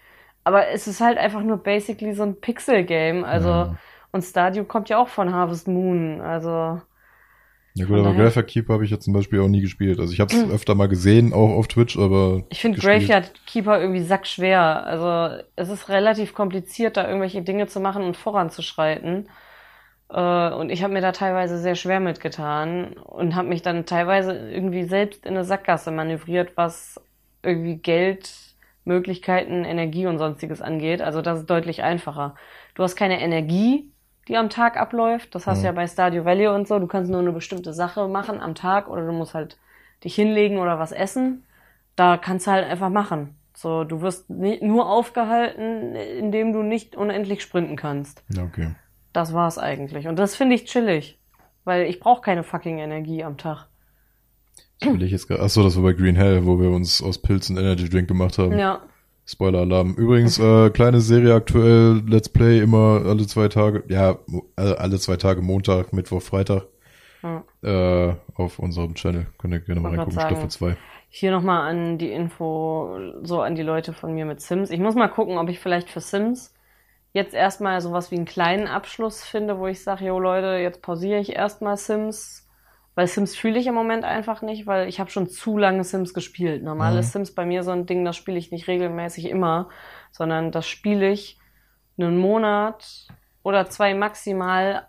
Speaker 2: Aber es ist halt einfach nur basically so ein Pixel-Game. Also,
Speaker 1: Ja.
Speaker 2: und Stadio kommt ja auch von Harvest Moon. Also,
Speaker 1: Ja
Speaker 2: Von
Speaker 1: gut, aber
Speaker 2: daher- Hm.
Speaker 1: Graphic Keeper habe ich jetzt zum Beispiel auch nie gespielt. Also ich habe es öfter mal gesehen, auch auf Twitch, aber
Speaker 2: ich finde
Speaker 1: gespielt.
Speaker 2: Graveyard Keeper irgendwie sackschwer. Also, es ist relativ kompliziert, da irgendwelche Dinge zu machen und voranzuschreiten. Äh, Und ich habe mir da teilweise sehr schwer mitgetan und habe mich dann teilweise irgendwie selbst in eine Sackgasse manövriert, was irgendwie Geld, Möglichkeiten, Energie und sonstiges angeht. Also das ist deutlich einfacher. Du hast keine Energie, die am Tag abläuft. Das hast du
Speaker 1: Mhm.
Speaker 2: ja bei Stadio Valley und so. Du kannst nur eine bestimmte Sache machen am Tag oder du musst halt dich hinlegen oder was essen. Da kannst du halt einfach machen. So, du wirst ni- nur aufgehalten, indem du nicht unendlich sprinten kannst.
Speaker 1: Ja, okay.
Speaker 2: Das war's eigentlich. Und das finde ich chillig. Weil ich brauche keine fucking Energie am Tag.
Speaker 1: Das Will ich jetzt grad- Achso, das war bei Green Hell, wo wir uns aus Pilzen Energy Drink gemacht haben.
Speaker 2: Ja.
Speaker 1: Spoiler-Alarm. Übrigens, äh, kleine Serie aktuell, Let's Play immer alle zwei Tage, ja, mo- äh, alle zwei Tage, Montag, Mittwoch, Freitag,
Speaker 2: ja.
Speaker 1: äh, auf unserem Channel. Könnt ihr gerne mal
Speaker 2: Wollte grad
Speaker 1: reingucken, Staffel
Speaker 2: sagen.
Speaker 1: 2.
Speaker 2: Hier nochmal an die Info, so an die Leute von mir mit Sims. Ich muss mal gucken, ob ich vielleicht für Sims jetzt erstmal sowas wie einen kleinen Abschluss finde, wo ich sage, jo Leute, jetzt pausiere ich erstmal Sims. Weil Sims fühle ich im Moment einfach nicht, weil ich habe schon zu lange Sims gespielt. Normal
Speaker 1: Mhm.
Speaker 2: ist Sims bei mir so ein Ding, das spiele ich nicht regelmäßig immer, sondern das spiele ich einen Monat oder zwei maximal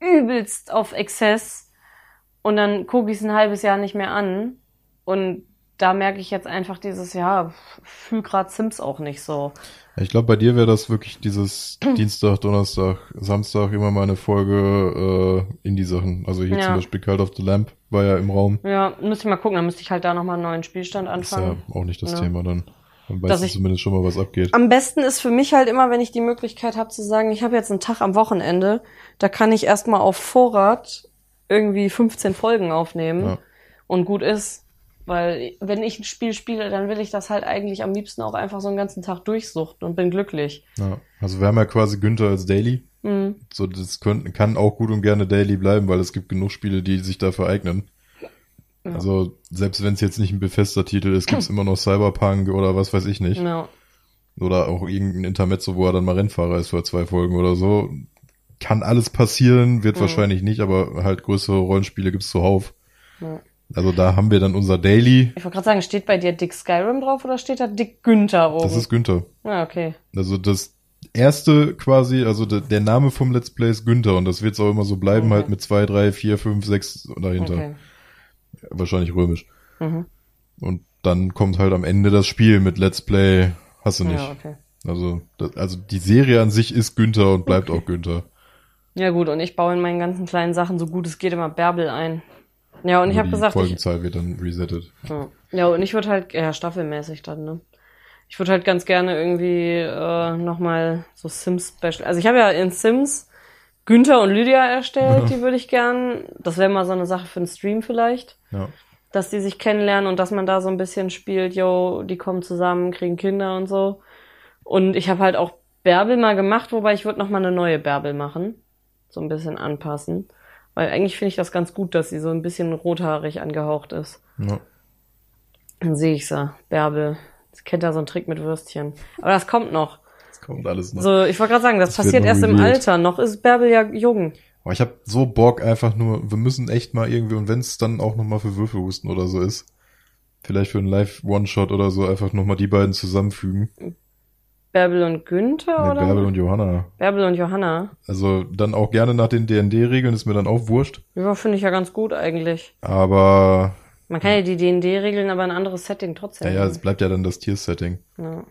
Speaker 2: übelst auf Exzess und dann gucke ich es ein halbes Jahr nicht mehr an. Und da merke ich jetzt einfach dieses Jahr, fühl grad Sims auch nicht so.
Speaker 1: Ich glaube, bei dir wäre das wirklich dieses Dienstag, Donnerstag, Samstag immer mal eine Folge äh, in die Sachen. Also hier
Speaker 2: Ja.
Speaker 1: zum Beispiel Cult of the Lamp war ja im Raum.
Speaker 2: Ja, müsste ich mal gucken, dann müsste ich halt da nochmal einen neuen Spielstand
Speaker 1: Ist ja
Speaker 2: anfangen.
Speaker 1: auch nicht das
Speaker 2: Ja.
Speaker 1: Thema dann. Dann
Speaker 2: Dass
Speaker 1: weißt du
Speaker 2: ich-
Speaker 1: zumindest schon mal, was abgeht.
Speaker 2: Am besten ist für mich halt immer, wenn ich die Möglichkeit habe zu sagen, ich habe jetzt einen Tag am Wochenende, da kann ich erstmal auf Vorrat irgendwie 15 Folgen aufnehmen
Speaker 1: Ja.
Speaker 2: und gut ist. Weil wenn ich ein Spiel spiele, dann will ich das halt eigentlich am liebsten auch einfach so einen ganzen Tag durchsuchten und bin glücklich.
Speaker 1: Ja. Also wir haben ja quasi Günther als Daily.
Speaker 2: Mhm.
Speaker 1: So, das könnten, kann auch gut und gerne Daily bleiben, weil es gibt genug Spiele, die sich dafür eignen.
Speaker 2: Ja.
Speaker 1: Also, selbst wenn es jetzt nicht ein befester Titel ist, gibt's immer noch Cyberpunk oder was weiß ich nicht.
Speaker 2: Ja.
Speaker 1: Oder auch irgendein Intermezzo, wo er dann mal Rennfahrer ist für zwei Folgen oder so. Kann alles passieren, wird
Speaker 2: Mhm.
Speaker 1: wahrscheinlich nicht, aber halt größere Rollenspiele gibt's zuhauf.
Speaker 2: Ja.
Speaker 1: Also da haben wir dann unser Daily.
Speaker 2: Ich wollte gerade sagen, steht bei dir Dick Skyrim drauf oder steht da Dick Günther oben?
Speaker 1: Das ist Günther.
Speaker 2: ja, Ah, okay.
Speaker 1: Also das erste quasi, also de, der Name vom Let's Play ist Günther und das wird's auch immer so bleiben,
Speaker 2: Okay.
Speaker 1: halt mit zwei, drei, vier, fünf, sechs dahinter.
Speaker 2: okay.
Speaker 1: Wahrscheinlich römisch.
Speaker 2: Mhm.
Speaker 1: Und dann kommt halt am Ende das Spiel mit Let's Play. Hast du nicht.
Speaker 2: Ja, okay.
Speaker 1: Also, das, also die Serie an sich ist Günther und bleibt auch Günther.
Speaker 2: Ja gut, und ich baue in meinen ganzen kleinen Sachen so gut es geht immer Bärbel ein. Ja, und ich
Speaker 1: Nur Also
Speaker 2: habe
Speaker 1: die
Speaker 2: gesagt, ich,
Speaker 1: Folgenzahl wird dann resettet.
Speaker 2: ja. ja, und ich würde halt, ja, staffelmäßig dann, ne? Ich würde halt ganz gerne irgendwie äh, nochmal so Sims-Special. Also ich habe ja in Sims Günther und Lydia erstellt, die würde ich gern. Das wäre mal so eine Sache für einen Stream vielleicht.
Speaker 1: Ja.
Speaker 2: dass die sich kennenlernen und dass man da so ein bisschen spielt, yo, die kommen zusammen, kriegen Kinder und so. Und ich habe halt auch Bärbel mal gemacht, wobei ich würde noch mal eine neue Bärbel machen, so ein bisschen anpassen, weil eigentlich finde ich das ganz gut, dass sie so ein bisschen rothaarig angehaucht ist.
Speaker 1: ja.
Speaker 2: Dann sehe ich sie, Bärbel. Sie kennt da so einen Trick mit Würstchen. Aber das kommt noch.
Speaker 1: Das kommt alles noch.
Speaker 2: So, ich wollte gerade sagen, das,
Speaker 1: Das wird
Speaker 2: passiert
Speaker 1: noch
Speaker 2: erst im
Speaker 1: revealed.
Speaker 2: Alter. Noch ist Bärbel ja jung.
Speaker 1: Aber ich habe so Bock einfach nur, wir müssen echt mal irgendwie, und wenn es dann auch nochmal für Würfelhusten oder so ist, vielleicht für einen Live-One-Shot oder so, einfach nochmal die beiden zusammenfügen.
Speaker 2: Bärbel und Günther
Speaker 1: Mit
Speaker 2: oder?
Speaker 1: Bärbel und Johanna.
Speaker 2: Bärbel und Johanna.
Speaker 1: Also dann auch gerne nach den D&D-Regeln, ist mir dann auch wurscht.
Speaker 2: Ja, finde ich ja ganz gut eigentlich.
Speaker 1: Aber
Speaker 2: Man kann ja die D&D-Regeln, aber ein anderes Setting trotzdem.
Speaker 1: ja, ja, es bleibt ja dann das Tier-Setting.
Speaker 2: Ja.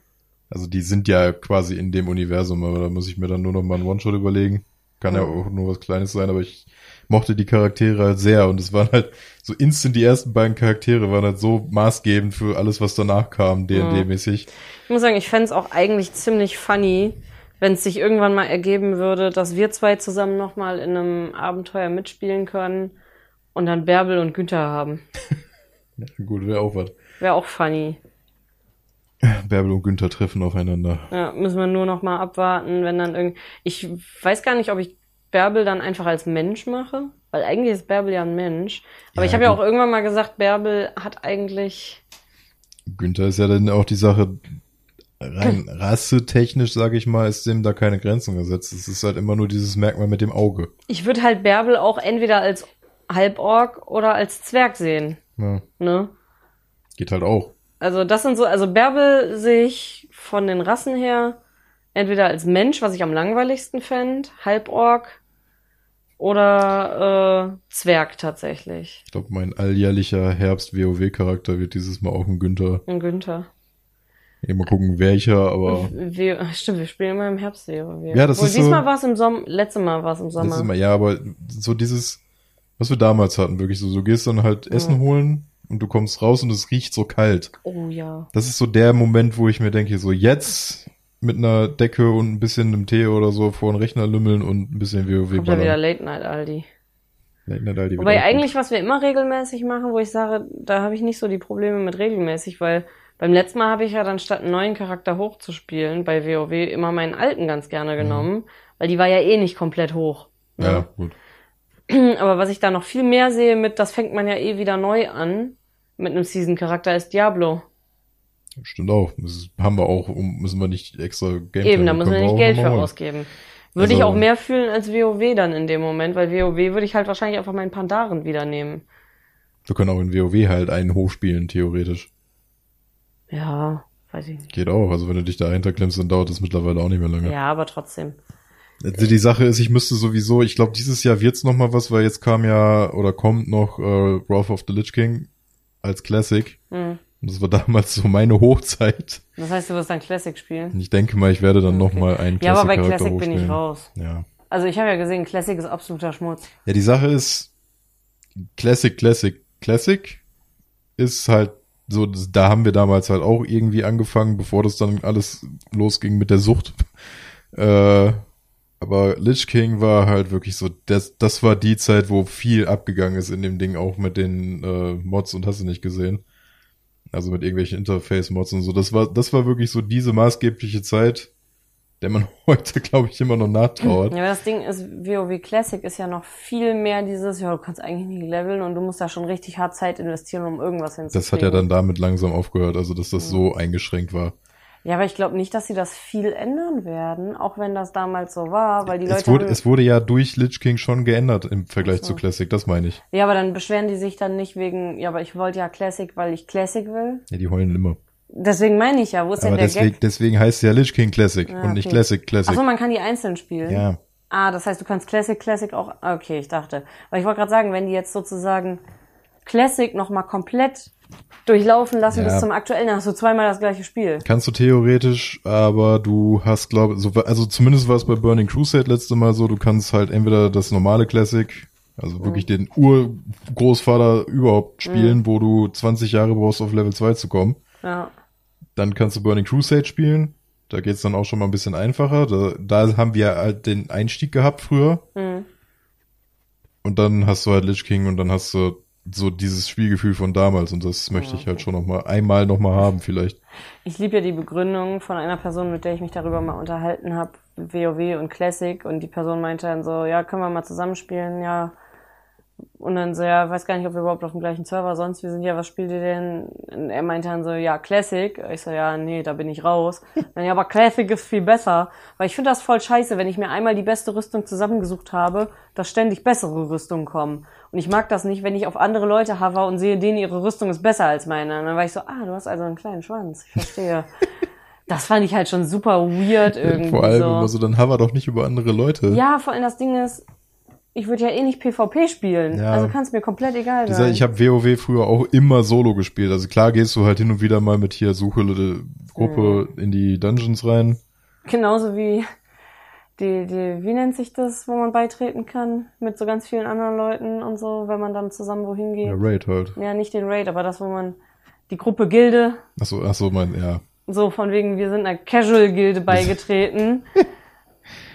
Speaker 1: Also die sind ja quasi in dem Universum, aber da muss ich mir dann nur noch mal einen One-Shot überlegen. Kann ja
Speaker 2: Mhm.
Speaker 1: auch nur was Kleines sein, aber ich mochte die Charaktere halt sehr und es waren halt so instant die ersten beiden Charaktere waren halt so maßgebend für alles, was danach kam, D&D-mäßig.
Speaker 2: Ich muss sagen, ich fänd's auch eigentlich ziemlich funny, wenn es sich irgendwann mal ergeben würde, dass wir zwei zusammen nochmal in einem Abenteuer mitspielen können und dann Bärbel und Günther haben.
Speaker 1: Gut, wäre auch was.
Speaker 2: Wäre auch funny.
Speaker 1: Bärbel und Günther treffen aufeinander.
Speaker 2: Ja, müssen wir nur nochmal abwarten, wenn dann irgend... Ich weiß gar nicht, ob ich Bärbel dann einfach als Mensch mache, weil eigentlich ist Bärbel ja ein Mensch. Aber
Speaker 1: Ja,
Speaker 2: ich habe ja
Speaker 1: gut.
Speaker 2: auch irgendwann mal gesagt, Bärbel hat eigentlich...
Speaker 1: Günther ist ja dann auch die Sache, rein rassetechnisch, sage ich mal, ist dem da keine Grenzen gesetzt. Es ist halt immer nur dieses Merkmal mit dem Auge.
Speaker 2: Ich würde halt Bärbel auch entweder als Halborg oder als Zwerg sehen.
Speaker 1: Ja,
Speaker 2: Ne?
Speaker 1: geht halt auch.
Speaker 2: Also das sind so, also Bärbel sehe ich von den Rassen her entweder als Mensch, was ich am langweiligsten fänd, Halborg oder äh, Zwerg tatsächlich.
Speaker 1: Ich glaube, mein alljährlicher Herbst-WoW-Charakter wird dieses Mal auch ein Günther.
Speaker 2: Und Günther.
Speaker 1: Eben mal gucken, welcher, aber
Speaker 2: Wir, stimmt, wir spielen immer im Herbst. Wir, wir.
Speaker 1: Ja, das
Speaker 2: Obwohl,
Speaker 1: ist so-
Speaker 2: diesmal war es im Sommer, letztes Mal war es im Sommer.
Speaker 1: das ist immer, ja, aber so dieses, was wir damals hatten, wirklich so, du gehst dann halt Essen holen und du kommst raus und es riecht so kalt.
Speaker 2: oh ja.
Speaker 1: Das ist so der Moment, wo ich mir denke, so jetzt mit einer Decke und ein bisschen einem Tee oder so vor den Rechner lümmeln und ein bisschen WoW
Speaker 2: Kommt ja wieder
Speaker 1: ballern.
Speaker 2: Late Night Aldi.
Speaker 1: Erinnert all die
Speaker 2: Wobei
Speaker 1: wieder.
Speaker 2: eigentlich, was wir immer regelmäßig machen, wo ich sage, da habe ich nicht so die Probleme mit regelmäßig, weil beim letzten Mal habe ich ja dann statt einen neuen Charakter hochzuspielen bei WoW immer meinen alten ganz gerne genommen, weil die war ja eh nicht komplett hoch. ne?
Speaker 1: Ja, gut.
Speaker 2: Aber was ich da noch viel mehr sehe mit, das fängt man ja eh wieder neu an, mit einem Season-Charakter ist Diablo.
Speaker 1: Stimmt auch. Das haben wir auch, um- müssen wir nicht extra Game
Speaker 2: Eben, da müssen wir nicht Geld für
Speaker 1: ausgeben.
Speaker 2: ausgeben. Würde ich
Speaker 1: Also-
Speaker 2: auch mehr fühlen als WoW dann in dem Moment, weil WoW würde ich halt wahrscheinlich einfach meinen Pandaren wieder nehmen.
Speaker 1: Wir können auch in WoW halt einen hochspielen, theoretisch.
Speaker 2: Ja, weiß ich nicht.
Speaker 1: Geht auch. Also wenn du dich dahinter klemmst, dann dauert das mittlerweile auch nicht mehr lange.
Speaker 2: Ja, aber trotzdem.
Speaker 1: Also die Sache ist, ich müsste sowieso, ich glaube, dieses Jahr wird's noch mal was, weil jetzt kam ja oder kommt noch äh, Wrath of the Lich King als Classic.
Speaker 2: Hm.
Speaker 1: Und das war damals so meine Hochzeit.
Speaker 2: Das heißt, du wirst dann Classic spielen?
Speaker 1: Und ich denke mal, ich werde dann noch mal einen
Speaker 2: Ja,
Speaker 1: Classic
Speaker 2: aber bei
Speaker 1: Charakter
Speaker 2: Classic
Speaker 1: hochspielen.
Speaker 2: bin ich raus.
Speaker 1: Ja.
Speaker 2: Also ich habe ja gesehen, Classic ist absoluter Schmutz.
Speaker 1: Ja, die Sache ist Classic Classic Classic ist halt so, das- da haben wir damals halt auch irgendwie angefangen, bevor das dann alles losging mit der Sucht. Äh, aber Lich King war halt wirklich so, das, das war die Zeit, wo viel abgegangen ist in dem Ding, auch mit den äh, Mods und hast du nicht gesehen. Also mit irgendwelchen Interface-Mods und so. Das war, das war wirklich so diese maßgebliche Zeit, der man heute, glaube ich, immer noch nachtrauert.
Speaker 2: Ja, aber das Ding ist, WoW Classic ist ja noch viel mehr dieses, ja, du kannst eigentlich nicht leveln und du musst da schon richtig hart Zeit investieren, um irgendwas hinzukriegen.
Speaker 1: Das hat ja dann damit langsam aufgehört, also dass das
Speaker 2: Ja.
Speaker 1: so eingeschränkt war.
Speaker 2: Ja, aber ich glaube nicht, dass sie das viel ändern werden, auch wenn das damals so war, weil die
Speaker 1: Es
Speaker 2: Leute.
Speaker 1: wurde,
Speaker 2: haben-
Speaker 1: es wurde ja durch Lich King schon geändert im Vergleich
Speaker 2: Ach so.
Speaker 1: zu Classic, das meine ich.
Speaker 2: ja, aber dann beschweren die sich dann nicht wegen, ja, aber ich wollte ja Classic, weil ich Classic will.
Speaker 1: Ja, die heulen immer.
Speaker 2: Deswegen meine ich ja, wo ist
Speaker 1: Aber
Speaker 2: denn der
Speaker 1: deswegen,
Speaker 2: Gag?
Speaker 1: deswegen heißt es ja Lich King Classic
Speaker 2: Ja,
Speaker 1: und nicht
Speaker 2: Ah, okay.
Speaker 1: Classic Classic.
Speaker 2: Achso, man kann die einzeln spielen.
Speaker 1: ja,
Speaker 2: Ah, das heißt, du kannst Classic, Classic auch. Okay, ich dachte. Weil ich wollte gerade sagen, wenn die jetzt sozusagen Classic nochmal komplett durchlaufen lassen
Speaker 1: Ja.
Speaker 2: bis zum aktuellen, dann hast du zweimal das gleiche Spiel.
Speaker 1: kannst du theoretisch, aber du hast, glaube so, also zumindest war es bei Burning Crusade letzte Mal so, du kannst halt entweder das normale Classic,
Speaker 2: Mhm.
Speaker 1: also wirklich den Urgroßvater überhaupt
Speaker 2: Mhm.
Speaker 1: spielen, wo du 20 Jahre brauchst, auf Level 2 zu kommen.
Speaker 2: Ja.
Speaker 1: Dann kannst du Burning Crusade spielen. Da geht's dann auch schon mal ein bisschen einfacher. Da, da haben wir halt den Einstieg gehabt früher.
Speaker 2: Mhm.
Speaker 1: Und dann hast du halt Lich King und dann hast du so dieses Spielgefühl von damals. Und das möchte ich halt schon noch mal einmal noch mal haben vielleicht.
Speaker 2: Ich liebe ja die Begründung von einer Person, mit der ich mich darüber mal unterhalten habe, WoW und Classic. Und die Person meinte dann so, ja, können wir mal zusammenspielen, ja. Und dann so, ja, weiß gar nicht, ob wir überhaupt auf dem gleichen Server sonst, wir sind ja, was spielt ihr denn? Und er meinte dann so, ja, Classic. Ich so, ja, nee, da bin ich raus. Dann, ja, aber Classic ist viel besser. Weil ich finde das voll scheiße, wenn ich mir einmal die beste Rüstung zusammengesucht habe, dass ständig bessere Rüstungen kommen. Und ich mag das nicht, wenn ich auf andere Leute haver und sehe, denen ihre Rüstung ist besser als meine. Und dann war ich so, ah, du hast also einen kleinen Schwanz. Ich verstehe. das fand ich halt schon super weird irgendwie.
Speaker 1: Vor allem
Speaker 2: so.
Speaker 1: immer so, dann hover doch nicht über andere Leute.
Speaker 2: Ja, vor allem das Ding ist, ich würde ja eh nicht PvP spielen.
Speaker 1: Ja.
Speaker 2: Also kann es mir komplett egal
Speaker 1: Dieser,
Speaker 2: sein.
Speaker 1: ich habe WoW früher auch immer solo gespielt. Also klar gehst du halt hin und wieder mal mit hier Suche äh, Gruppe
Speaker 2: Mhm.
Speaker 1: in die Dungeons rein.
Speaker 2: Genauso wie die, die, wie nennt sich das, wo man beitreten kann? Mit so ganz vielen anderen Leuten und so, wenn man dann zusammen wohin
Speaker 1: Ja,
Speaker 2: geht.
Speaker 1: Raid halt.
Speaker 2: Ja, nicht den Raid, aber das, wo man die Gruppe Gilde,
Speaker 1: Achso, achso, mein, ja.
Speaker 2: so von wegen, wir sind einer Casual-Gilde beigetreten.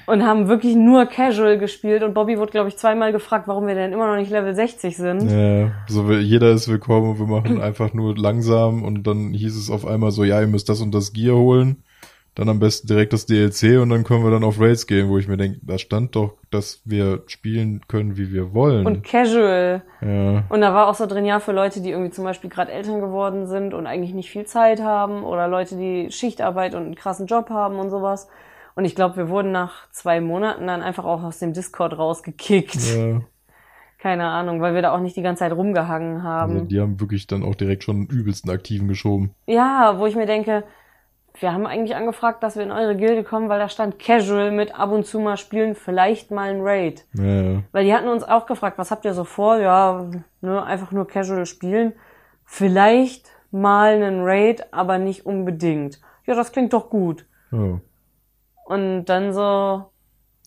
Speaker 2: Und haben wirklich nur Casual gespielt und Bobby wurde, glaube ich, zweimal gefragt, warum wir denn immer noch nicht Level 60 sind.
Speaker 1: Ja, so will- jeder ist willkommen und wir machen einfach nur langsam und dann hieß es auf einmal so, ja, ihr müsst das und das Gear holen, dann am besten direkt das DLC und dann können wir dann auf Raids gehen, wo ich mir denke, da stand doch, dass wir spielen können, wie wir wollen.
Speaker 2: Und Casual.
Speaker 1: ja.
Speaker 2: Und da war auch so drin, ja, für Leute, die irgendwie zum Beispiel gerade Eltern geworden sind und eigentlich nicht viel Zeit haben oder Leute, die Schichtarbeit und einen krassen Job haben und sowas. Und ich glaube, wir wurden nach zwei Monaten dann einfach auch aus dem Discord rausgekickt.
Speaker 1: ja.
Speaker 2: Keine Ahnung, weil wir da auch nicht die ganze Zeit rumgehangen haben.
Speaker 1: Also die haben wirklich dann auch direkt schon übelsten Aktiven geschoben.
Speaker 2: Ja, wo ich mir denke, wir haben eigentlich angefragt, dass wir in eure Gilde kommen, weil da stand Casual mit ab und zu mal spielen, vielleicht mal ein Raid.
Speaker 1: Ja.
Speaker 2: Weil die hatten uns auch gefragt, was habt ihr so vor? Ja, ne, einfach nur casual spielen. Vielleicht mal einen Raid, aber nicht unbedingt. Ja, das klingt doch gut.
Speaker 1: ja.
Speaker 2: Und dann so,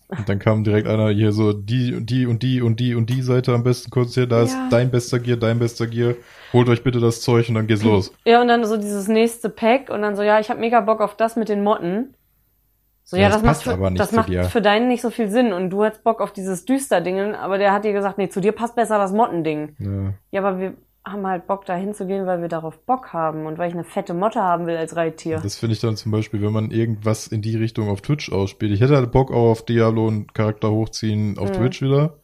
Speaker 1: Und dann kam direkt einer hier so, die und die und die und die und die Seite am besten kurz hier, da ist
Speaker 2: Ja.
Speaker 1: dein bester Gear, dein bester Gear, holt euch bitte das Zeug und dann geht's los.
Speaker 2: ja, und dann so dieses nächste Pack und dann so, ja, ich hab mega Bock auf das mit den Motten. So, ja,
Speaker 1: Ja,
Speaker 2: das,
Speaker 1: das
Speaker 2: macht,
Speaker 1: passt
Speaker 2: für,
Speaker 1: aber nicht
Speaker 2: das
Speaker 1: zu
Speaker 2: macht
Speaker 1: dir.
Speaker 2: für deinen nicht so viel Sinn und du hast Bock auf dieses düster Ding, aber der hat dir gesagt, nee, zu dir passt besser das Mottending.
Speaker 1: Ja.
Speaker 2: Ja, aber wir haben halt Bock da hinzugehen, weil wir darauf Bock haben und weil ich eine fette Motte haben will als Reittier.
Speaker 1: Das finde ich dann zum Beispiel, wenn man irgendwas in die Richtung auf Twitch ausspielt. Ich hätte halt Bock auch auf Diablo und Charakter hochziehen auf
Speaker 2: Mhm.
Speaker 1: Twitch wieder.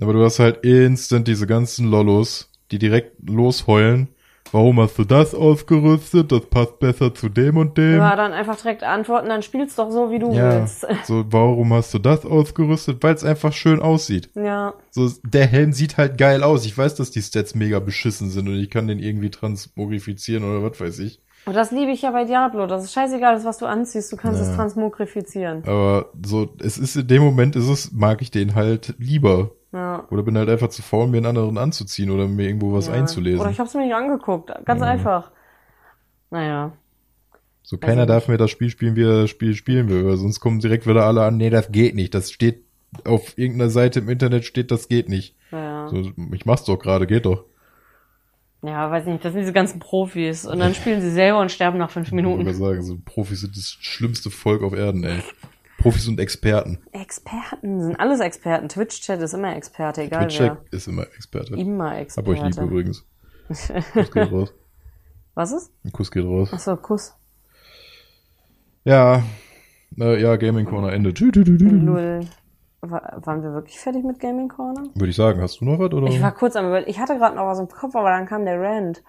Speaker 1: Aber du hast halt instant diese ganzen Lollos, die direkt losheulen. Warum hast du das ausgerüstet? Das passt besser zu dem und dem.
Speaker 2: Ja, dann einfach direkt antworten, dann spielst doch so, wie du
Speaker 1: Ja.
Speaker 2: willst.
Speaker 1: So, warum hast du das ausgerüstet? Weil es einfach schön aussieht.
Speaker 2: Ja,
Speaker 1: So, der Helm sieht halt geil aus. Ich weiß, dass die Stats mega beschissen sind und ich kann den irgendwie transmogrifizieren oder was weiß ich.
Speaker 2: und das liebe ich ja bei Diablo. Das ist scheißegal, das, was du anziehst, du kannst
Speaker 1: Ja.
Speaker 2: es transmogrifizieren.
Speaker 1: Aber so, es ist in dem Moment ist es, mag ich den halt lieber.
Speaker 2: Ja.
Speaker 1: Oder bin halt einfach zu faul, mir einen anderen anzuziehen oder mir irgendwo was
Speaker 2: ja.
Speaker 1: einzulesen.
Speaker 2: Oder ich hab's mir nicht angeguckt, ganz einfach. Naja,
Speaker 1: so, keiner
Speaker 2: also-
Speaker 1: darf mir das Spiel spielen, wie er das Spiel spielen will, weil sonst kommen direkt wieder alle an, nee, das geht nicht. Das steht auf irgendeiner Seite im Internet steht, das geht nicht.
Speaker 2: naja.
Speaker 1: So, ich mach's doch gerade, geht doch.
Speaker 2: Ja, weiß nicht, das sind diese ganzen Profis. Und dann spielen sie selber und sterben nach fünf
Speaker 1: Ich
Speaker 2: Minuten.
Speaker 1: würde sagen, so Profis sind das schlimmste Volk auf Erden, ey. Profis und Experten.
Speaker 2: Experten sind alles Experten. Twitch-Chat ist immer Experte, egal
Speaker 1: Twitch-Check ist immer Experte.
Speaker 2: wer. Immer
Speaker 1: Hab euch lieb
Speaker 2: Experte.
Speaker 1: übrigens. Kuss geht raus.
Speaker 2: Was ist?
Speaker 1: Ein Kuss geht raus.
Speaker 2: Ach so, Kuss.
Speaker 1: Ja. Äh, ja, Gaming Corner Ende. Tü, tü, tü, tü, tü.
Speaker 2: Null. Wa- Waren wir wirklich fertig mit Gaming Corner?
Speaker 1: Würde ich sagen, hast du noch was? Oder?
Speaker 2: Ich war kurz am Überlegen. Ich hatte gerade noch was im Kopf, aber dann kam der Rand.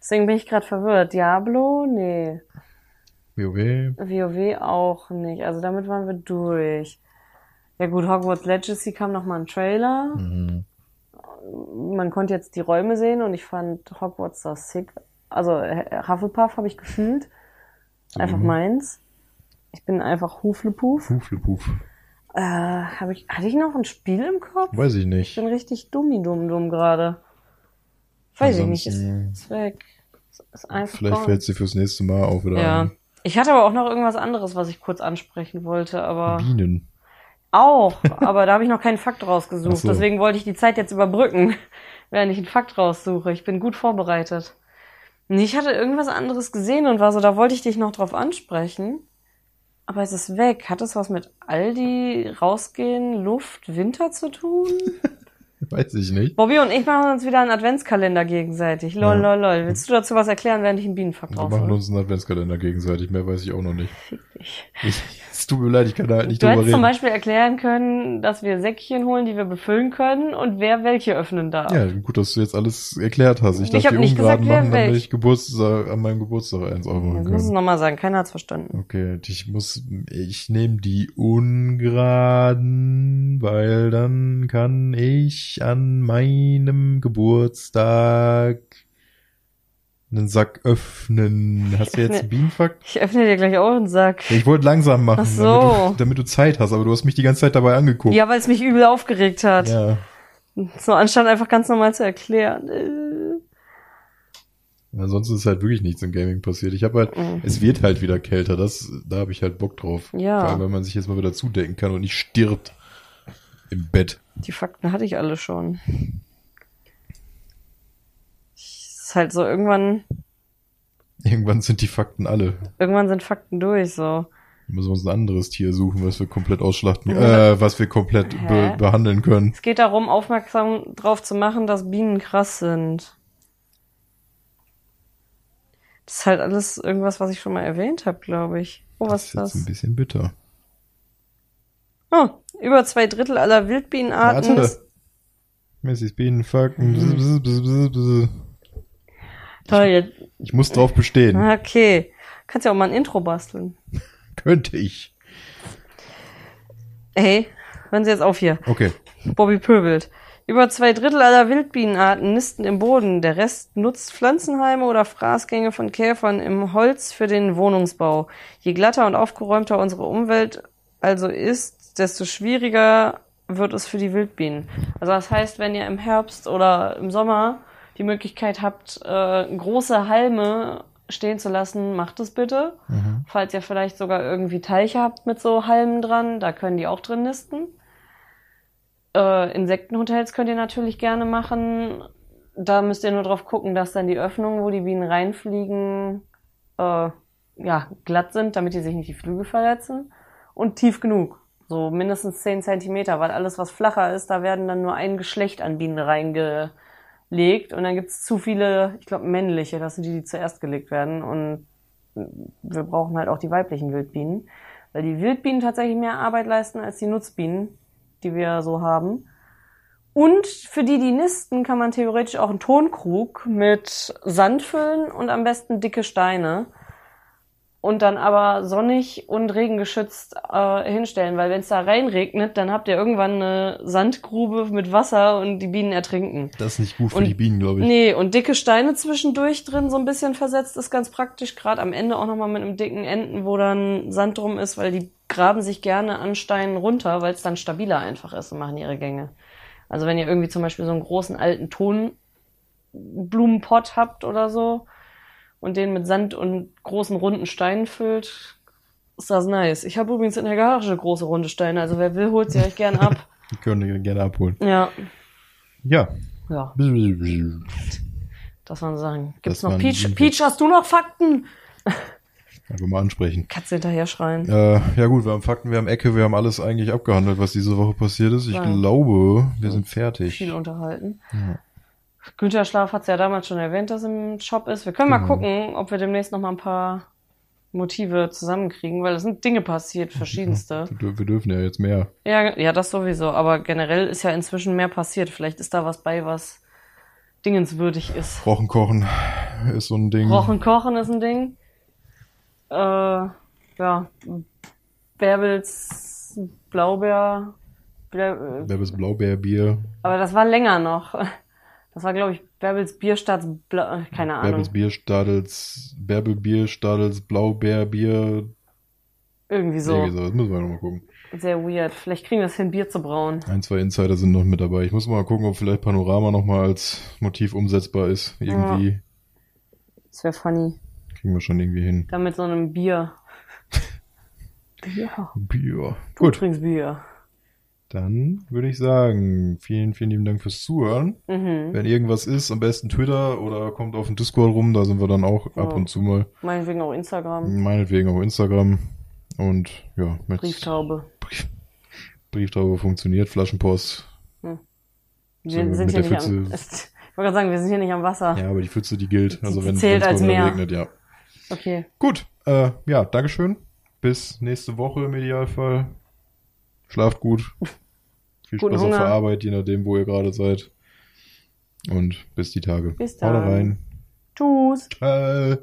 Speaker 2: Deswegen bin ich gerade verwirrt. Diablo? Nee.
Speaker 1: WoW.
Speaker 2: WoW auch nicht. Also damit waren wir durch. Ja gut, Hogwarts Legacy kam nochmal ein Trailer.
Speaker 1: Mhm.
Speaker 2: Man konnte jetzt die Räume sehen und ich fand Hogwarts sah sick. Also äh, Hufflepuff habe ich gefühlt. Einfach
Speaker 1: Mhm. Hm.
Speaker 2: meins. Ich bin einfach Huflepuf.
Speaker 1: Puf, le puf.
Speaker 2: Äh, hab ich, hatte ich noch ein Spiel im Kopf?
Speaker 1: Weiß ich
Speaker 2: Ich
Speaker 1: nicht.
Speaker 2: bin richtig dummi dumm dumm gerade. Weiß ich nicht, ist,
Speaker 1: Ansonsten-
Speaker 2: ist weg. Ist, ist einfach
Speaker 1: Vielleicht
Speaker 2: gone.
Speaker 1: fällt sie fürs nächste Mal auch wieder
Speaker 2: ja.
Speaker 1: ein.
Speaker 2: Ich hatte aber auch noch irgendwas anderes, was ich kurz ansprechen wollte, aber
Speaker 1: Bienen.
Speaker 2: auch, aber da habe ich noch keinen Fakt
Speaker 1: Ach
Speaker 2: rausgesucht.
Speaker 1: so.
Speaker 2: Deswegen wollte ich die Zeit jetzt überbrücken, während ich einen Fakt raussuche. Ich bin gut vorbereitet. Nee, Ich hatte irgendwas anderes gesehen und war so, da wollte ich dich noch drauf ansprechen. Aber es ist weg. Hat es was mit Aldi, rausgehen, Luft, Winter zu tun?
Speaker 1: Weiß ich nicht.
Speaker 2: Bobby und ich machen uns wieder einen Adventskalender gegenseitig. Lol,
Speaker 1: Ja.
Speaker 2: lol, lol. Willst du dazu was erklären, während ich einen Bienenfakt
Speaker 1: Wir
Speaker 2: drauf
Speaker 1: machen
Speaker 2: habe?
Speaker 1: uns einen Adventskalender gegenseitig. Mehr weiß ich auch noch nicht.
Speaker 2: Fick dich.
Speaker 1: Ich, es tut mir leid, ich kann da halt nicht
Speaker 2: Du
Speaker 1: drüber
Speaker 2: hättest
Speaker 1: reden.
Speaker 2: zum Beispiel erklären können, dass wir Säckchen holen, die wir befüllen können und wer welche öffnen darf.
Speaker 1: Ja, gut, dass du jetzt alles erklärt hast. Ich,
Speaker 2: Ich
Speaker 1: darf
Speaker 2: hab
Speaker 1: die
Speaker 2: nicht
Speaker 1: ungraden
Speaker 2: gesagt, wer
Speaker 1: machen, damit
Speaker 2: welch.
Speaker 1: ich Geburtstag, an meinem Geburtstag eins aufmachen
Speaker 2: Jetzt muss es
Speaker 1: kann.
Speaker 2: nochmal sagen, keiner hat's verstanden.
Speaker 1: Okay, ich muss, ich nehme die ungeraden, weil dann kann ich an meinem Geburtstag einen Sack öffnen. Hast du jetzt einen Bienenfakt?
Speaker 2: Ich öffne dir gleich auch einen Sack.
Speaker 1: Ja, Ich wollte langsam machen,
Speaker 2: Ach so.
Speaker 1: damit, du, damit du Zeit hast, aber du hast mich die ganze Zeit dabei angeguckt.
Speaker 2: Ja, weil es mich übel aufgeregt hat.
Speaker 1: ja.
Speaker 2: So, anstatt einfach ganz normal zu erklären. Äh.
Speaker 1: Ansonsten ist halt wirklich nichts im Gaming passiert. Ich habe halt,
Speaker 2: Mhm.
Speaker 1: es wird halt wieder kälter, das, da habe ich halt Bock drauf.
Speaker 2: Ja.
Speaker 1: Vor allem, wenn man sich jetzt mal wieder zudecken kann und nicht stirbt im Bett.
Speaker 2: Die Fakten hatte ich alle schon. Es ist halt so, irgendwann,
Speaker 1: Irgendwann sind die Fakten alle.
Speaker 2: irgendwann sind Fakten durch, so.
Speaker 1: Dann müssen wir uns ein anderes Tier suchen, was wir komplett ausschlachten,
Speaker 2: Ja.
Speaker 1: äh, was wir komplett be
Speaker 2: Hä?
Speaker 1: behandeln können.
Speaker 2: Es geht darum, aufmerksam drauf zu machen, dass Bienen krass sind. Das ist halt alles irgendwas, was ich schon mal erwähnt habe, glaube ich. Oh, was ist
Speaker 1: jetzt ein
Speaker 2: das?
Speaker 1: bisschen bitter.
Speaker 2: Oh, über zwei Drittel aller Wildbienenarten. Ist,
Speaker 1: Warte. Messis
Speaker 2: Mhm.
Speaker 1: Bienenfakten. Bzz, bzz, bzz, bzz, bzz.
Speaker 2: toll, jetzt.
Speaker 1: Ich muss drauf bestehen.
Speaker 2: Okay. Kannst ja auch mal ein Intro basteln.
Speaker 1: Könnte ich.
Speaker 2: Hey, hören Sie jetzt auf hier.
Speaker 1: Okay.
Speaker 2: Bobby pöbelt. Über zwei Drittel aller Wildbienenarten nisten im Boden. Der Rest nutzt Pflanzenheime oder Fraßgänge von Käfern im Holz für den Wohnungsbau. Je glatter und aufgeräumter unsere Umwelt also ist, desto schwieriger wird es für die Wildbienen. Also das heißt, wenn ihr im Herbst oder im Sommer die Möglichkeit habt, äh, große Halme stehen zu lassen, macht es bitte.
Speaker 1: Mhm.
Speaker 2: Falls ihr vielleicht sogar irgendwie Teiche habt mit so Halmen dran, da können die auch drin nisten. Äh, Insektenhotels könnt ihr natürlich gerne machen. Da müsst ihr nur drauf gucken, dass dann die Öffnungen, wo die Bienen reinfliegen, äh, ja, glatt sind, damit die sich nicht die Flügel verletzen. Und tief genug. So mindestens 10 Zentimeter, weil alles, was flacher ist, da werden dann nur ein Geschlecht an Bienen reingelegt. Und dann gibt's zu viele, ich glaube, männliche, das sind die, die zuerst gelegt werden. Und wir brauchen halt auch die weiblichen Wildbienen, weil die Wildbienen tatsächlich mehr Arbeit leisten als die Nutzbienen, die wir so haben. Und für die, die nisten, kann man theoretisch auch einen Tonkrug mit Sand füllen und am besten dicke Steine. Und dann aber sonnig und regengeschützt äh, hinstellen, weil wenn es da reinregnet, dann habt ihr irgendwann eine Sandgrube mit Wasser und die Bienen ertrinken.
Speaker 1: Das ist nicht gut für
Speaker 2: Und-
Speaker 1: die Bienen, glaube ich.
Speaker 2: Nee, und dicke Steine zwischendurch drin, so ein bisschen versetzt, ist ganz praktisch. Gerade am Ende auch nochmal mit einem dicken Enden, wo dann Sand drum ist, weil die graben sich gerne an Steinen runter, weil es dann stabiler einfach ist und machen ihre Gänge. Also wenn ihr irgendwie zum Beispiel so einen großen alten Tonblumenpott habt oder so und den mit Sand und großen runden Steinen füllt, ist das nice. Ich habe übrigens in der Garage große runde Steine, also wer will, holt sie euch gern ab.
Speaker 1: Die können wir gerne abholen.
Speaker 2: Ja,
Speaker 1: Ja,
Speaker 2: Ja,
Speaker 1: An
Speaker 2: das waren so Sachen. Gibt's
Speaker 1: Das
Speaker 2: noch
Speaker 1: waren
Speaker 2: Peach?
Speaker 1: die-
Speaker 2: Peach, hast du noch Fakten?
Speaker 1: Einfach mal ansprechen.
Speaker 2: Katze hinterher schreien.
Speaker 1: Äh, ja gut, wir haben Fakten, wir haben Ecke, wir haben alles eigentlich abgehandelt, was diese Woche passiert ist. Ich
Speaker 2: Ja.
Speaker 1: glaube, wir sind fertig.
Speaker 2: viel unterhalten.
Speaker 1: Ja.
Speaker 2: Günter Schlaf hat es ja damals schon erwähnt, dass er im Shop ist. Wir können mal
Speaker 1: Genau.
Speaker 2: gucken, ob wir demnächst noch mal ein paar Motive zusammenkriegen, weil es sind Dinge passiert, verschiedenste.
Speaker 1: Wir dür- wir dürfen ja jetzt mehr.
Speaker 2: Ja, ja, das sowieso. Aber generell ist ja inzwischen mehr passiert. Vielleicht ist da was bei, was dingenswürdig ist.
Speaker 1: Rochen kochen ist so ein Ding.
Speaker 2: Rochen, Kochen ist ein Ding. Äh, ja, Bärbels Blaubeer. Blä-
Speaker 1: Bärbes Blaubeerbier,
Speaker 2: Aber das war länger noch. Das war, glaube ich, Bärbels Bierstadt, Bla äh, keine Ahnung,
Speaker 1: Bärbels Bierstadels, Bärbelbierstadels, Blaubeerbier,
Speaker 2: irgendwie so.
Speaker 1: irgendwie so. Das müssen wir nochmal gucken.
Speaker 2: Sehr weird. Vielleicht kriegen wir es hin, Bier zu brauen.
Speaker 1: Ein, zwei Insider sind noch mit dabei. Ich muss mal gucken, ob vielleicht Panorama nochmal als Motiv umsetzbar ist. Irgendwie
Speaker 2: Das wäre funny.
Speaker 1: kriegen wir schon irgendwie hin.
Speaker 2: Dann mit so einem Bier. Ja,
Speaker 1: Bier.
Speaker 2: du
Speaker 1: Gut,
Speaker 2: trinkst Bier.
Speaker 1: dann würde ich sagen, vielen, vielen lieben Dank fürs Zuhören.
Speaker 2: Mhm.
Speaker 1: Wenn irgendwas ist, am besten Twitter oder kommt auf den Discord rum, da sind wir dann auch ab
Speaker 2: Ja.
Speaker 1: und zu mal.
Speaker 2: Meinetwegen auch Instagram.
Speaker 1: Meinetwegen auch Instagram. Und ja, mit
Speaker 2: Brieftaube.
Speaker 1: Brief, Brieftaube funktioniert, Flaschenpost.
Speaker 2: Wir
Speaker 1: So,
Speaker 2: sind
Speaker 1: mit
Speaker 2: hier
Speaker 1: der
Speaker 2: nicht am, ich wollte gerade sagen, wir sind hier nicht am Wasser.
Speaker 1: Ja, aber die Pfütze, die gilt. Also
Speaker 2: Die
Speaker 1: wenn
Speaker 2: zählt
Speaker 1: wenn's mal
Speaker 2: als
Speaker 1: wieder
Speaker 2: mehr.
Speaker 1: regnet, ja.
Speaker 2: Okay.
Speaker 1: Gut, äh, ja, Dankeschön. Bis nächste Woche im Idealfall. Schlaft gut. Viel
Speaker 2: Guten
Speaker 1: Spaß auf der
Speaker 2: Hunger.
Speaker 1: Arbeit, je nachdem, wo ihr gerade seid. Und bis die Tage.
Speaker 2: Bis
Speaker 1: Haut rein.
Speaker 2: dann. Tschüss.
Speaker 1: Äh,